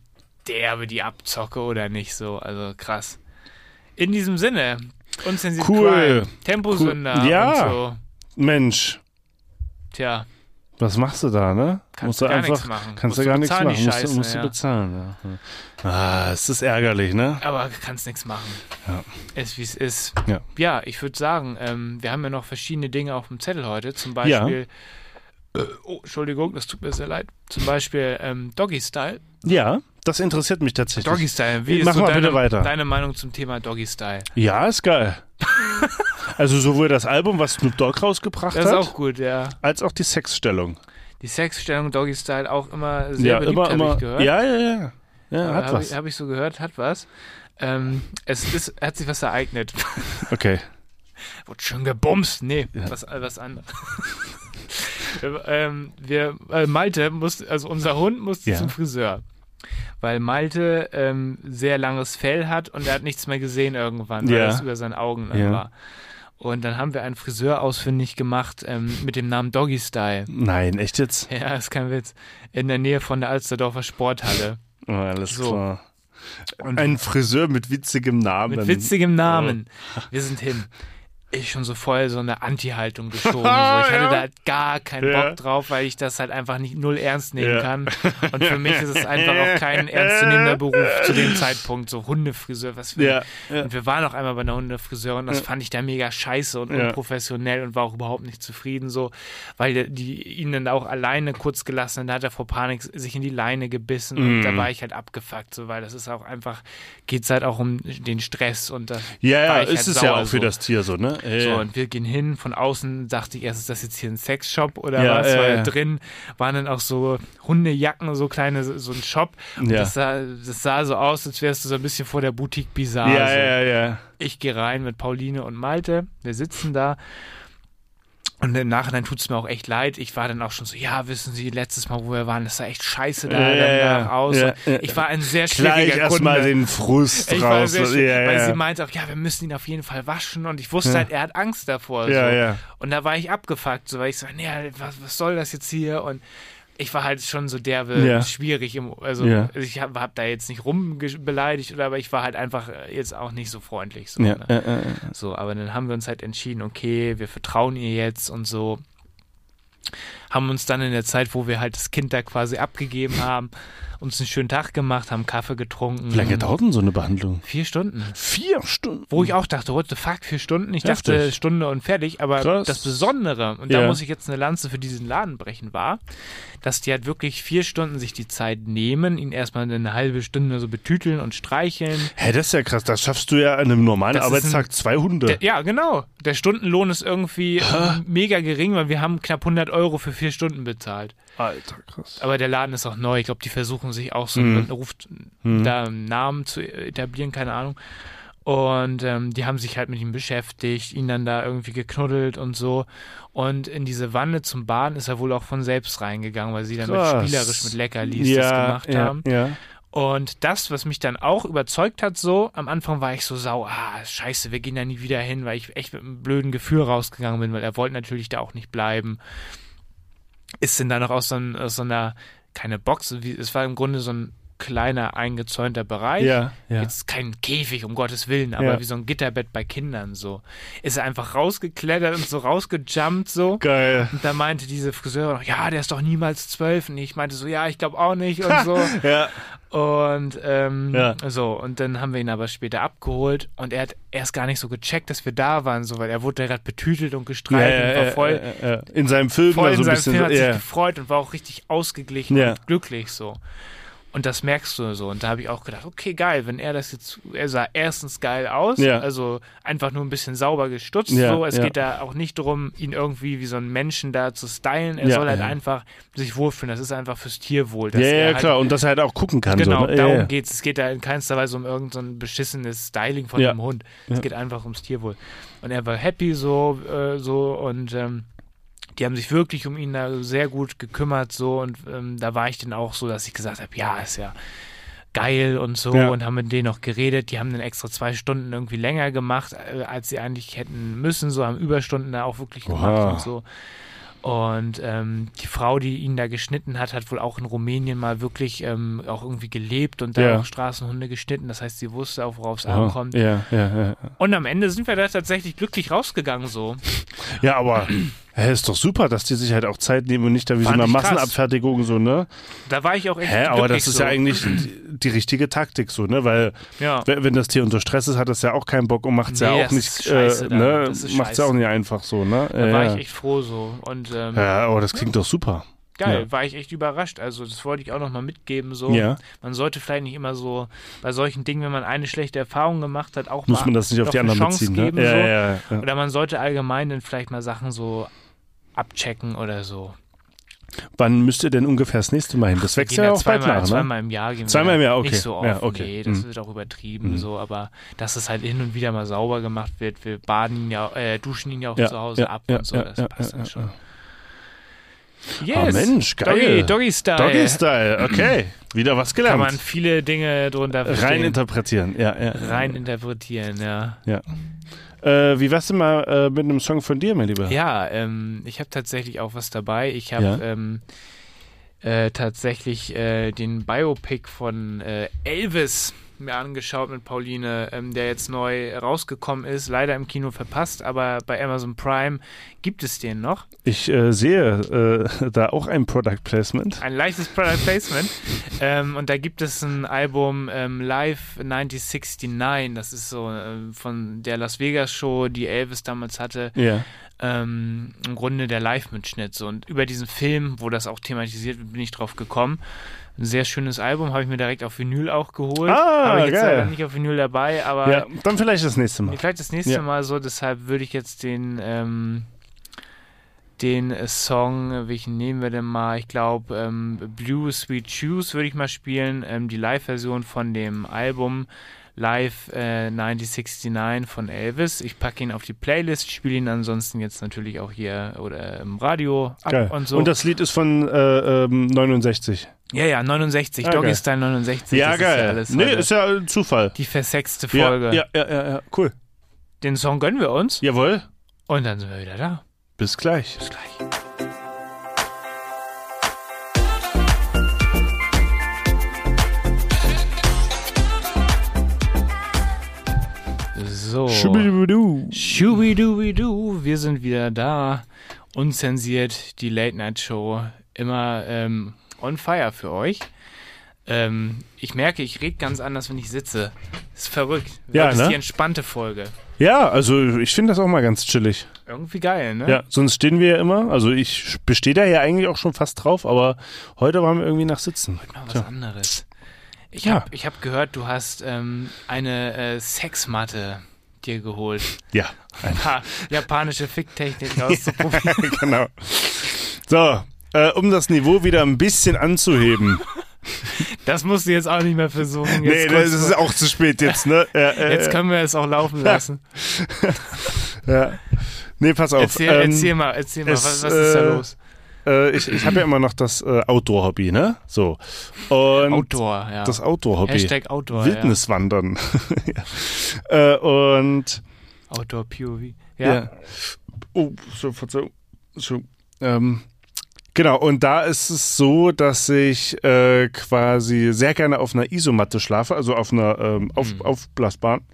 [SPEAKER 2] derbe, die Abzocke oder nicht so. Also krass. In diesem Sinne, unzensiert
[SPEAKER 3] Cool.
[SPEAKER 2] Crime, Temposünder
[SPEAKER 3] Cool. Ja.
[SPEAKER 2] und so.
[SPEAKER 3] Mensch,
[SPEAKER 2] Tja,
[SPEAKER 3] was machst du da, ne?
[SPEAKER 2] Kannst du gar nichts machen.
[SPEAKER 3] Kannst
[SPEAKER 2] Musst
[SPEAKER 3] du
[SPEAKER 2] du
[SPEAKER 3] gar nichts
[SPEAKER 2] bezahlen, die
[SPEAKER 3] machen. Musst, du-
[SPEAKER 2] Scheiße,
[SPEAKER 3] musst
[SPEAKER 2] ja.
[SPEAKER 3] du bezahlen. Ja. Ah, es ist ärgerlich, ne?
[SPEAKER 2] aber kannst nichts machen.
[SPEAKER 3] Ja.
[SPEAKER 2] Ist wie es ist.
[SPEAKER 3] Ja.
[SPEAKER 2] ja ich würde sagen, ähm, wir haben ja noch verschiedene Dinge auf dem Zettel heute. Zum
[SPEAKER 3] Ja.
[SPEAKER 2] Beispiel, äh, oh, Entschuldigung, das tut mir sehr leid. Zum Beispiel ähm, Doggy Style.
[SPEAKER 3] Ja, das interessiert mich tatsächlich.
[SPEAKER 2] Doggy Style, wie ist
[SPEAKER 3] Mach
[SPEAKER 2] so
[SPEAKER 3] mal
[SPEAKER 2] deine,
[SPEAKER 3] bitte weiter.
[SPEAKER 2] deine Meinung zum Thema Doggy Style?
[SPEAKER 3] Ja, ist geil. also sowohl das Album, was Snoop Dogg rausgebracht
[SPEAKER 2] Das ist
[SPEAKER 3] hat,
[SPEAKER 2] auch gut, ja.
[SPEAKER 3] als auch die Sexstellung.
[SPEAKER 2] Die Sexstellung Doggy Style auch immer sehr
[SPEAKER 3] ja,
[SPEAKER 2] beliebt,
[SPEAKER 3] immer,
[SPEAKER 2] hab
[SPEAKER 3] immer.
[SPEAKER 2] ich gehört.
[SPEAKER 3] Ja, ja, ja. Ja, hat
[SPEAKER 2] Habe ich,
[SPEAKER 3] was.
[SPEAKER 2] hab ich so gehört, hat was. Ähm, es ist, hat sich was ereignet.
[SPEAKER 3] Okay.
[SPEAKER 2] Wurde schön gebumst. Nee,
[SPEAKER 3] Ja.
[SPEAKER 2] was, äh, was anderes. ähm, wir, äh, Malte musste, also unser Hund musste
[SPEAKER 3] Ja.
[SPEAKER 2] zum Friseur. Weil Malte ähm, sehr langes Fell hat und er hat nichts mehr gesehen irgendwann, weil
[SPEAKER 3] Ja.
[SPEAKER 2] das über seinen Augen dann
[SPEAKER 3] Ja.
[SPEAKER 2] war. Und dann haben wir einen Friseur ausfindig gemacht ähm, mit dem Namen Doggy Style.
[SPEAKER 3] Nein, echt jetzt?
[SPEAKER 2] Ja, ist kein Witz. In der Nähe von der Alsterdorfer Sporthalle.
[SPEAKER 3] Oh, alles
[SPEAKER 2] So.
[SPEAKER 3] klar.
[SPEAKER 2] Und-
[SPEAKER 3] Ein Friseur mit witzigem Namen. Oh.
[SPEAKER 2] Mit witzigem Namen. Wir sind hin. Ich schon so voll so eine Anti-Haltung geschoben. So. Ich hatte
[SPEAKER 3] Ja.
[SPEAKER 2] da halt gar keinen
[SPEAKER 3] Ja.
[SPEAKER 2] Bock drauf, weil ich das halt einfach nicht null ernst nehmen
[SPEAKER 3] Ja.
[SPEAKER 2] kann. Und für mich ist es einfach auch kein ernstzunehmender Beruf zu dem Zeitpunkt. So Hundefriseur, was für
[SPEAKER 3] Ja, ja.
[SPEAKER 2] Und wir waren auch einmal bei einer Hundefriseurin, das fand ich da mega scheiße und
[SPEAKER 3] Ja.
[SPEAKER 2] unprofessionell und war auch überhaupt nicht zufrieden so, weil der- die ihn dann auch alleine kurz gelassen hat, da hat er vor Panik sich in die Leine gebissen und
[SPEAKER 3] Mhm.
[SPEAKER 2] da war ich halt abgefuckt so, weil das ist auch einfach, geht's halt auch um den Stress und das
[SPEAKER 3] Ja, ja,
[SPEAKER 2] war ich halt
[SPEAKER 3] ist es
[SPEAKER 2] sauer,
[SPEAKER 3] ja auch für
[SPEAKER 2] so.
[SPEAKER 3] das Tier so, ne? Ja,
[SPEAKER 2] So,
[SPEAKER 3] ja.
[SPEAKER 2] und wir gehen hin. Von außen dachte ich erst, ist das jetzt hier ein Sexshop oder
[SPEAKER 3] Ja,
[SPEAKER 2] was?
[SPEAKER 3] ja,
[SPEAKER 2] weil
[SPEAKER 3] ja.
[SPEAKER 2] drin waren dann auch so Hundejacken, so kleine, so ein Shop. Und
[SPEAKER 3] Ja.
[SPEAKER 2] das, sah, das sah so aus, als wärst du so ein bisschen vor der Boutique Bizarre.
[SPEAKER 3] ja,
[SPEAKER 2] so.
[SPEAKER 3] ja, ja.
[SPEAKER 2] Ich gehe rein mit Pauline und Malte. Wir sitzen da. Und im Nachhinein tut es mir auch echt leid. Ich war dann auch schon so, ja, wissen Sie, letztes Mal, wo wir waren, das sah echt scheiße da
[SPEAKER 3] Ja, ja, ja.
[SPEAKER 2] danach aus.
[SPEAKER 3] Ja, ja.
[SPEAKER 2] Ich war ein sehr
[SPEAKER 3] Gleich
[SPEAKER 2] schwieriger Kunde.
[SPEAKER 3] erstmal den Frust
[SPEAKER 2] Ich war
[SPEAKER 3] raus.
[SPEAKER 2] sehr schön,
[SPEAKER 3] ja,
[SPEAKER 2] weil
[SPEAKER 3] ja.
[SPEAKER 2] sie meinte auch, ja, wir müssen ihn auf jeden Fall waschen und ich wusste halt, er hat Angst davor.
[SPEAKER 3] Ja,
[SPEAKER 2] so.
[SPEAKER 3] ja.
[SPEAKER 2] Und da war ich abgefuckt, so, weil ich so, nee, was, was soll das jetzt hier? Und ich war halt schon so derbe
[SPEAKER 3] Ja.
[SPEAKER 2] schwierig. Im, also
[SPEAKER 3] Ja.
[SPEAKER 2] ich habe hab da jetzt nicht rumbeleidigt oder aber ich war halt einfach äh, jetzt auch nicht so freundlich. So,
[SPEAKER 3] ja, äh,
[SPEAKER 2] ne?
[SPEAKER 3] ja, ja, ja.
[SPEAKER 2] so, aber dann haben wir uns halt entschieden, okay, wir vertrauen ihr jetzt und so. Haben uns dann in der Zeit, wo wir halt das Kind da quasi abgegeben haben, uns einen schönen Tag gemacht, haben Kaffee getrunken.
[SPEAKER 3] Wie lange dauert denn so eine Behandlung?
[SPEAKER 2] Vier Stunden.
[SPEAKER 3] Vier Stunden.
[SPEAKER 2] Wo ich auch dachte, what the fuck, vier Stunden? Ich
[SPEAKER 3] Heftig.
[SPEAKER 2] dachte, Stunde und fertig. Aber
[SPEAKER 3] Krass.
[SPEAKER 2] das Besondere, und
[SPEAKER 3] Ja.
[SPEAKER 2] da muss ich jetzt eine Lanze für diesen Laden brechen, war, dass die halt wirklich vier Stunden sich die Zeit nehmen, ihn erstmal eine halbe Stunde so betüteln und streicheln.
[SPEAKER 3] Hä, das ist ja krass. Das schaffst du ja an einem normalen
[SPEAKER 2] Das ist
[SPEAKER 3] Arbeitstag zwei Hunde.
[SPEAKER 2] Der, ja, genau. Der Stundenlohn ist irgendwie mega gering, weil wir haben knapp 100 Euro für vier Stunden bezahlt.
[SPEAKER 3] Alter, krass. Mhm.
[SPEAKER 2] Aber der Laden ist auch neu. Ich glaube, die versuchen sich auch so einen Ruf, da einen Namen zu etablieren, keine Ahnung. Und ähm, die haben sich halt mit ihm beschäftigt, ihn dann da irgendwie geknuddelt und so. Und in diese Wanne zum Baden ist er wohl auch von selbst reingegangen, weil sie dann mit
[SPEAKER 3] Krass.
[SPEAKER 2] spielerisch mit Leckerlis das gemacht
[SPEAKER 3] ja,
[SPEAKER 2] haben.
[SPEAKER 3] Ja.
[SPEAKER 2] Und das, was mich dann auch überzeugt hat, so, am Anfang war ich so sauer, ah, scheiße, wir gehen da nie wieder hin, weil ich echt mit einem blöden Gefühl rausgegangen bin, weil er wollte natürlich da auch nicht bleiben. Ist denn da noch aus so, ein, aus so einer, keine Box, wie, es war im Grunde so ein kleiner eingezäunter Bereich.
[SPEAKER 3] Ja, ja.
[SPEAKER 2] Jetzt kein Käfig, um Gottes Willen, aber
[SPEAKER 3] Ja.
[SPEAKER 2] wie so ein Gitterbett bei Kindern so. Ist er einfach rausgeklettert und so rausgejumpt so.
[SPEAKER 3] Geil.
[SPEAKER 2] Und da meinte diese Friseurin, noch, ja, der ist doch niemals zwölf. Und ich meinte so, ja, ich glaube auch nicht und so.
[SPEAKER 3] Ja.
[SPEAKER 2] Und ähm,
[SPEAKER 3] Ja.
[SPEAKER 2] so, und dann haben wir ihn aber später abgeholt und er hat erst gar nicht so gecheckt, dass wir da waren, so, weil er wurde gerade betütelt und
[SPEAKER 3] Ja,
[SPEAKER 2] gestreichelt und
[SPEAKER 3] ja,
[SPEAKER 2] war
[SPEAKER 3] ja,
[SPEAKER 2] voll,
[SPEAKER 3] ja, ja. In seinem Film
[SPEAKER 2] voll
[SPEAKER 3] da so
[SPEAKER 2] in seinem
[SPEAKER 3] ein bisschen.
[SPEAKER 2] Film, hat
[SPEAKER 3] ja.
[SPEAKER 2] sich gefreut und war auch richtig ausgeglichen
[SPEAKER 3] Ja.
[SPEAKER 2] und glücklich so. Und das merkst du so. Und da habe ich auch gedacht, okay, geil, wenn er das jetzt, er sah erstens geil aus,
[SPEAKER 3] Ja.
[SPEAKER 2] also einfach nur ein bisschen sauber gestutzt.
[SPEAKER 3] Ja,
[SPEAKER 2] so. Es
[SPEAKER 3] ja.
[SPEAKER 2] geht da auch nicht darum, ihn irgendwie wie so einen Menschen da zu stylen. Er
[SPEAKER 3] Ja,
[SPEAKER 2] soll halt
[SPEAKER 3] ja.
[SPEAKER 2] einfach sich wohlfühlen. Das ist einfach fürs Tierwohl. dass
[SPEAKER 3] ja,
[SPEAKER 2] er
[SPEAKER 3] ja,
[SPEAKER 2] halt
[SPEAKER 3] klar. Und dass er halt auch gucken kann.
[SPEAKER 2] Genau,
[SPEAKER 3] so, ne?
[SPEAKER 2] darum
[SPEAKER 3] ja, ja.
[SPEAKER 2] geht's. Es geht da in keinster Weise um irgendein so ein beschissenes Styling von
[SPEAKER 3] Ja.
[SPEAKER 2] dem Hund. Es geht einfach ums Tierwohl. Und er war happy so, äh, so und ähm, die haben sich wirklich um ihn da sehr gut gekümmert so und ähm, da war ich dann auch so, dass ich gesagt habe, ja, ist ja geil und so
[SPEAKER 3] Ja.
[SPEAKER 2] und haben mit denen noch geredet. Die haben dann extra zwei Stunden irgendwie länger gemacht, äh, als sie eigentlich hätten müssen. So haben Überstunden da auch wirklich gemacht
[SPEAKER 3] Oha.
[SPEAKER 2] und so. Und ähm, die Frau, die ihn da geschnitten hat, hat wohl auch in Rumänien mal wirklich ähm, auch irgendwie gelebt und da
[SPEAKER 3] Ja.
[SPEAKER 2] auch Straßenhunde geschnitten. Das heißt, sie wusste auch, worauf es
[SPEAKER 3] Ja,
[SPEAKER 2] ankommt.
[SPEAKER 3] ja, ja, ja.
[SPEAKER 2] Und am Ende sind wir da tatsächlich glücklich rausgegangen so.
[SPEAKER 3] ja, aber hä, ist doch super, dass die sich halt auch Zeit nehmen und nicht da wie so
[SPEAKER 2] Fand
[SPEAKER 3] eine
[SPEAKER 2] ich krass.
[SPEAKER 3] Massenabfertigung so, ne?
[SPEAKER 2] Da war ich auch echt
[SPEAKER 3] Hä, aber
[SPEAKER 2] glücklich
[SPEAKER 3] das ist
[SPEAKER 2] so.
[SPEAKER 3] ja eigentlich die, die richtige Taktik so, ne? Weil
[SPEAKER 2] Ja.
[SPEAKER 3] we- wenn das Tier unter Stress ist, hat das ja auch keinen Bock und macht's
[SPEAKER 2] Nee,
[SPEAKER 3] ja auch
[SPEAKER 2] das
[SPEAKER 3] nicht,
[SPEAKER 2] ist scheiße
[SPEAKER 3] äh,
[SPEAKER 2] dann.
[SPEAKER 3] ne?
[SPEAKER 2] Das ist
[SPEAKER 3] Macht's ja auch
[SPEAKER 2] scheiße.
[SPEAKER 3] nicht einfach so, ne?
[SPEAKER 2] Da
[SPEAKER 3] ja,
[SPEAKER 2] war
[SPEAKER 3] ja.
[SPEAKER 2] ich echt froh so. Und ähm,
[SPEAKER 3] ja, aber das klingt doch super.
[SPEAKER 2] geil,
[SPEAKER 3] Ja.
[SPEAKER 2] war ich echt überrascht. Also das wollte ich auch nochmal mitgeben so.
[SPEAKER 3] Ja.
[SPEAKER 2] Man sollte vielleicht nicht immer so bei solchen Dingen, wenn man eine schlechte Erfahrung gemacht hat, auch
[SPEAKER 3] Muss
[SPEAKER 2] mal
[SPEAKER 3] man das nicht auf
[SPEAKER 2] noch
[SPEAKER 3] die
[SPEAKER 2] eine
[SPEAKER 3] anderen
[SPEAKER 2] Chance
[SPEAKER 3] beziehen,
[SPEAKER 2] geben,
[SPEAKER 3] ne? Ja,
[SPEAKER 2] so.
[SPEAKER 3] ja, ja, ja.
[SPEAKER 2] Oder man sollte allgemein dann vielleicht mal Sachen so abchecken oder so.
[SPEAKER 3] Wann müsst ihr denn ungefähr das nächste Mal hin? Das
[SPEAKER 2] Wir
[SPEAKER 3] wächst
[SPEAKER 2] gehen
[SPEAKER 3] ja
[SPEAKER 2] ja
[SPEAKER 3] auch bald
[SPEAKER 2] zweimal,
[SPEAKER 3] nach, ne?
[SPEAKER 2] zweimal im Jahr gehen wir
[SPEAKER 3] Zweimal im Jahr, okay.
[SPEAKER 2] Nicht so oft,
[SPEAKER 3] Ja, okay.
[SPEAKER 2] nee, das
[SPEAKER 3] Mhm.
[SPEAKER 2] wird auch übertrieben so, aber dass es halt hin und wieder mal sauber gemacht wird, wir baden ihn ja, äh, duschen ihn ja auch
[SPEAKER 3] Ja,
[SPEAKER 2] zu Hause
[SPEAKER 3] ja,
[SPEAKER 2] ab
[SPEAKER 3] ja,
[SPEAKER 2] und so,
[SPEAKER 3] ja,
[SPEAKER 2] das
[SPEAKER 3] ja,
[SPEAKER 2] passt
[SPEAKER 3] ja,
[SPEAKER 2] dann
[SPEAKER 3] ja,
[SPEAKER 2] schon.
[SPEAKER 3] Ah,
[SPEAKER 2] Yes.
[SPEAKER 3] Mensch, geil.
[SPEAKER 2] Doggy, Doggy Style.
[SPEAKER 3] Doggy Style, okay. Wieder was
[SPEAKER 2] Kann man
[SPEAKER 3] gelernt.
[SPEAKER 2] viele Dinge drunter
[SPEAKER 3] Rein
[SPEAKER 2] verstehen.
[SPEAKER 3] interpretieren, ja, ja.
[SPEAKER 2] rein interpretieren, ja.
[SPEAKER 3] Ja. Äh, wie wär's denn mal äh, mit einem Song von dir, mein Lieber?
[SPEAKER 2] Ja, ähm, ich habe tatsächlich auch was dabei. Ich habe
[SPEAKER 3] Ja.
[SPEAKER 2] ähm, äh, tatsächlich äh, den Biopic von äh, Elvis mir angeschaut mit Pauline, ähm, der jetzt neu rausgekommen ist, leider im Kino verpasst, aber bei Amazon Prime gibt es den noch.
[SPEAKER 3] Ich äh, sehe äh, da auch ein Product Placement.
[SPEAKER 2] Ein leichtes Product Placement. ähm, und da gibt es ein Album ähm, Live 1969, das ist so ähm, von der Las Vegas Show, die Elvis damals hatte.
[SPEAKER 3] Ja.
[SPEAKER 2] Ähm, Im Grunde der Live-Mitschnitt. So. Und über diesen Film, wo das auch thematisiert wird, bin ich drauf gekommen. Ein sehr schönes Album, habe ich mir direkt auf Vinyl auch geholt.
[SPEAKER 3] Ah,
[SPEAKER 2] habe ich jetzt
[SPEAKER 3] geil.
[SPEAKER 2] leider nicht auf Vinyl dabei, aber
[SPEAKER 3] Ja, dann vielleicht das nächste Mal.
[SPEAKER 2] Vielleicht das nächste
[SPEAKER 3] Ja.
[SPEAKER 2] Mal so, deshalb würde ich jetzt den, ähm, den äh, Song, äh, welchen nehmen wir denn mal? Ich glaube, ähm, Blue Sweet Shoes würde ich mal spielen. Ähm, die Live-Version von dem Album Live äh, 1969 von Elvis. Ich packe ihn auf die Playlist, spiele ihn ansonsten jetzt natürlich auch hier oder im Radio ab
[SPEAKER 3] Geil.
[SPEAKER 2] und so.
[SPEAKER 3] und das Lied ist von äh, ähm, 69.
[SPEAKER 2] ja, ja, 69,
[SPEAKER 3] Ah,
[SPEAKER 2] Doggy
[SPEAKER 3] geil.
[SPEAKER 2] Style 69. das Ist ja alles
[SPEAKER 3] nee,
[SPEAKER 2] heute.
[SPEAKER 3] ist ja ein Zufall.
[SPEAKER 2] die versexte
[SPEAKER 3] Ja,
[SPEAKER 2] Folge.
[SPEAKER 3] Ja, ja, ja, ja, cool.
[SPEAKER 2] Den Song gönnen wir uns
[SPEAKER 3] Jawohl,
[SPEAKER 2] und dann sind wir wieder da.
[SPEAKER 3] bis gleich.
[SPEAKER 2] Bis gleich. So.
[SPEAKER 3] Schubidubidu.
[SPEAKER 2] Schubidubidu, wir sind wieder da. Unzensiert, die Late Night Show. Immer ähm, on fire für euch. Ähm, ich merke, ich rede ganz anders, wenn ich sitze. Ist verrückt.
[SPEAKER 3] Ja,
[SPEAKER 2] Das ist
[SPEAKER 3] ne?
[SPEAKER 2] die entspannte Folge.
[SPEAKER 3] Ja, also ich finde das auch mal ganz chillig.
[SPEAKER 2] Irgendwie geil, ne?
[SPEAKER 3] Ja, sonst stehen wir ja immer. Also ich bestehe da ja eigentlich auch schon fast drauf, aber heute waren wir irgendwie nach Sitzen.
[SPEAKER 2] Mal Genau, Ah, was
[SPEAKER 3] Tja.
[SPEAKER 2] anderes. Ich
[SPEAKER 3] Ja.
[SPEAKER 2] habe ich hab gehört, du hast ähm, eine äh, Sexmatte dir geholt.
[SPEAKER 3] Ja,
[SPEAKER 2] Ein paar japanische Ficktechniken auszuprobieren.
[SPEAKER 3] genau. So, äh, um das Niveau wieder ein bisschen anzuheben.
[SPEAKER 2] Das musst du jetzt auch nicht mehr versuchen.
[SPEAKER 3] nee,
[SPEAKER 2] Jetzt,
[SPEAKER 3] das
[SPEAKER 2] kurz
[SPEAKER 3] ist auch zu spät jetzt, ne? Ja, äh,
[SPEAKER 2] jetzt können wir es auch laufen lassen.
[SPEAKER 3] ja. Nee, pass auf.
[SPEAKER 2] Erzähl,
[SPEAKER 3] ähm,
[SPEAKER 2] erzähl mal, erzähl mal,
[SPEAKER 3] es,
[SPEAKER 2] was, was ist da
[SPEAKER 3] äh,
[SPEAKER 2] los?
[SPEAKER 3] Äh, ich ich habe ja immer noch das äh, Outdoor-Hobby, ne? So. Und
[SPEAKER 2] Outdoor, ja.
[SPEAKER 3] ähm, das Outdoor-Hobby.
[SPEAKER 2] Hashtag Outdoor.
[SPEAKER 3] Wildniswandern. ja. äh, und
[SPEAKER 2] Ja. Outdoor POV.
[SPEAKER 3] ja.
[SPEAKER 2] Ja.
[SPEAKER 3] Oh, so, Verzeihung. So, ähm, genau, und da ist es so, dass ich äh, quasi sehr gerne auf einer Isomatte schlafe, also auf einer
[SPEAKER 2] Mhm.
[SPEAKER 3] ähm, auf, aufblasbaren.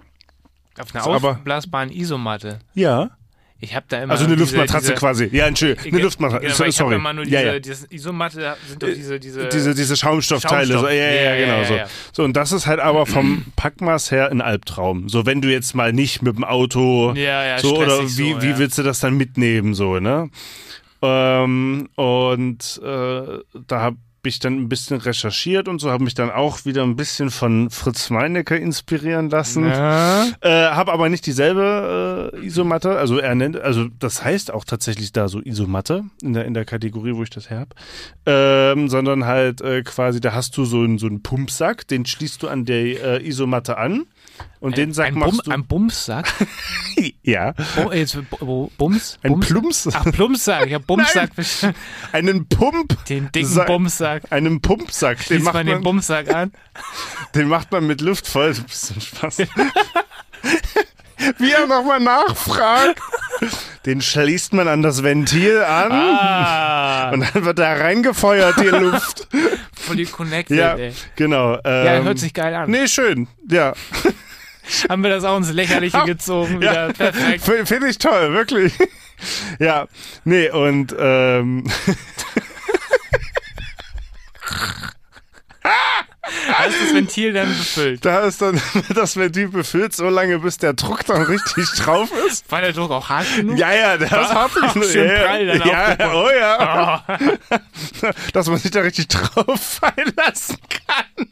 [SPEAKER 2] Auf einer
[SPEAKER 3] Ist aber-
[SPEAKER 2] aufblasbaren Isomatte.
[SPEAKER 3] Ja.
[SPEAKER 2] Ich habe da immer.
[SPEAKER 3] Also eine
[SPEAKER 2] diese-
[SPEAKER 3] Luftmatratze
[SPEAKER 2] diese-
[SPEAKER 3] quasi. Ja, Entschuldigung. Eine Luftmatratze.
[SPEAKER 2] Genau,
[SPEAKER 3] So-
[SPEAKER 2] weil ich habe
[SPEAKER 3] Sorry.
[SPEAKER 2] immer nur diese,
[SPEAKER 3] ja, ja. Äh,
[SPEAKER 2] diese Isomatte, sind doch diese, diese,
[SPEAKER 3] diese, diese Schaumstoffteile. So,
[SPEAKER 2] Äh, Schaumstoff.
[SPEAKER 3] ja, ja, ja, genau.
[SPEAKER 2] ja,
[SPEAKER 3] so.
[SPEAKER 2] ja.
[SPEAKER 3] so, und das ist halt aber vom Packmaß her ein Albtraum. So, wenn du jetzt mal nicht mit dem Auto
[SPEAKER 2] Ja, ja,
[SPEAKER 3] so oder
[SPEAKER 2] stressig
[SPEAKER 3] wie,
[SPEAKER 2] so,
[SPEAKER 3] wie
[SPEAKER 2] ja.
[SPEAKER 3] willst du das dann mitnehmen, so, ne? Ähm, und äh, da habe ich dann ein bisschen recherchiert und so, habe mich dann auch wieder ein bisschen von Fritz Meinecke inspirieren lassen.
[SPEAKER 2] Ja.
[SPEAKER 3] Äh, habe aber nicht dieselbe äh, Isomatte. Also er nennt, also das heißt auch tatsächlich da so Isomatte in der, in der Kategorie, wo ich das her habe. Ähm, sondern halt äh, quasi, da hast du so einen, so einen Pumpsack, den schließt du an der äh, Isomatte an. Und den Sack
[SPEAKER 2] ein
[SPEAKER 3] machst
[SPEAKER 2] Bum,
[SPEAKER 3] du.
[SPEAKER 2] Ein Bumssack?
[SPEAKER 3] ja.
[SPEAKER 2] Oh, jetzt, Bu- Bums?
[SPEAKER 3] Ein
[SPEAKER 2] Bums?
[SPEAKER 3] Plumps,
[SPEAKER 2] Ach, Plumpsack. Ich hab Bumssack bestimmt.
[SPEAKER 3] einen Pump,
[SPEAKER 2] Den dicken
[SPEAKER 3] Sack.
[SPEAKER 2] Bumssack.
[SPEAKER 3] einen Pumpsack, den
[SPEAKER 2] Schließt
[SPEAKER 3] macht
[SPEAKER 2] man den
[SPEAKER 3] man,
[SPEAKER 2] Bumssack an.
[SPEAKER 3] den macht man mit Luft voll. Das ist ein Spaß. Wie er nochmal nachfragt. Den schließt man an das Ventil an.
[SPEAKER 2] Ah,
[SPEAKER 3] Und dann wird da reingefeuert, die Luft.
[SPEAKER 2] voll die connected,
[SPEAKER 3] ja,
[SPEAKER 2] ey.
[SPEAKER 3] genau. Ähm,
[SPEAKER 2] Ja, hört sich geil an.
[SPEAKER 3] Nee, schön. Ja.
[SPEAKER 2] Haben wir das auch ins Lächerliche gezogen? Wieder perfekt.
[SPEAKER 3] F- Finde ich toll, wirklich. ja. Nee, und ähm,
[SPEAKER 2] Da ist das Ventil dann befüllt.
[SPEAKER 3] da ist dann das Ventil befüllt, so lange, bis der Druck dann richtig drauf ist.
[SPEAKER 2] War der Druck auch hart genug?
[SPEAKER 3] Ja, ja, das hab ich nur.
[SPEAKER 2] schön
[SPEAKER 3] ja,
[SPEAKER 2] prall dann Ah.
[SPEAKER 3] ja, ja, oh ja. Dass man sich da richtig drauf fallen lassen kann.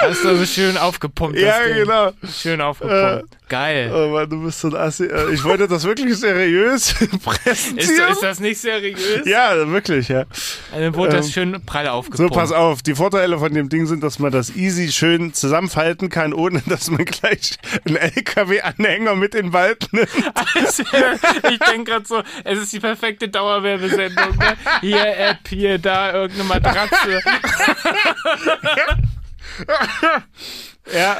[SPEAKER 2] Hast du so schön aufgepumpt. das
[SPEAKER 3] Ja,
[SPEAKER 2] Ding.
[SPEAKER 3] genau.
[SPEAKER 2] Schön aufgepumpt. Geil.
[SPEAKER 3] Oh Mann, du bist so ein Assi. Äh, Ich wollte das wirklich seriös präsentieren.
[SPEAKER 2] Ist, ist das nicht seriös?
[SPEAKER 3] Ja, wirklich, ja.
[SPEAKER 2] Dann wurde das
[SPEAKER 3] Ähm,
[SPEAKER 2] schön prall
[SPEAKER 3] So,
[SPEAKER 2] aufgepumpt.
[SPEAKER 3] pass auf. Die Vorteile von dem Ding sind, dass man das easy schön zusammenfalten kann, ohne dass man gleich einen LKW-Anhänger mit in den Wald nimmt.
[SPEAKER 2] ich denke gerade so, es ist die perfekte Dauerwerbesendung. Ne? Hier App, hier da irgendeine Matratze.
[SPEAKER 3] Ja.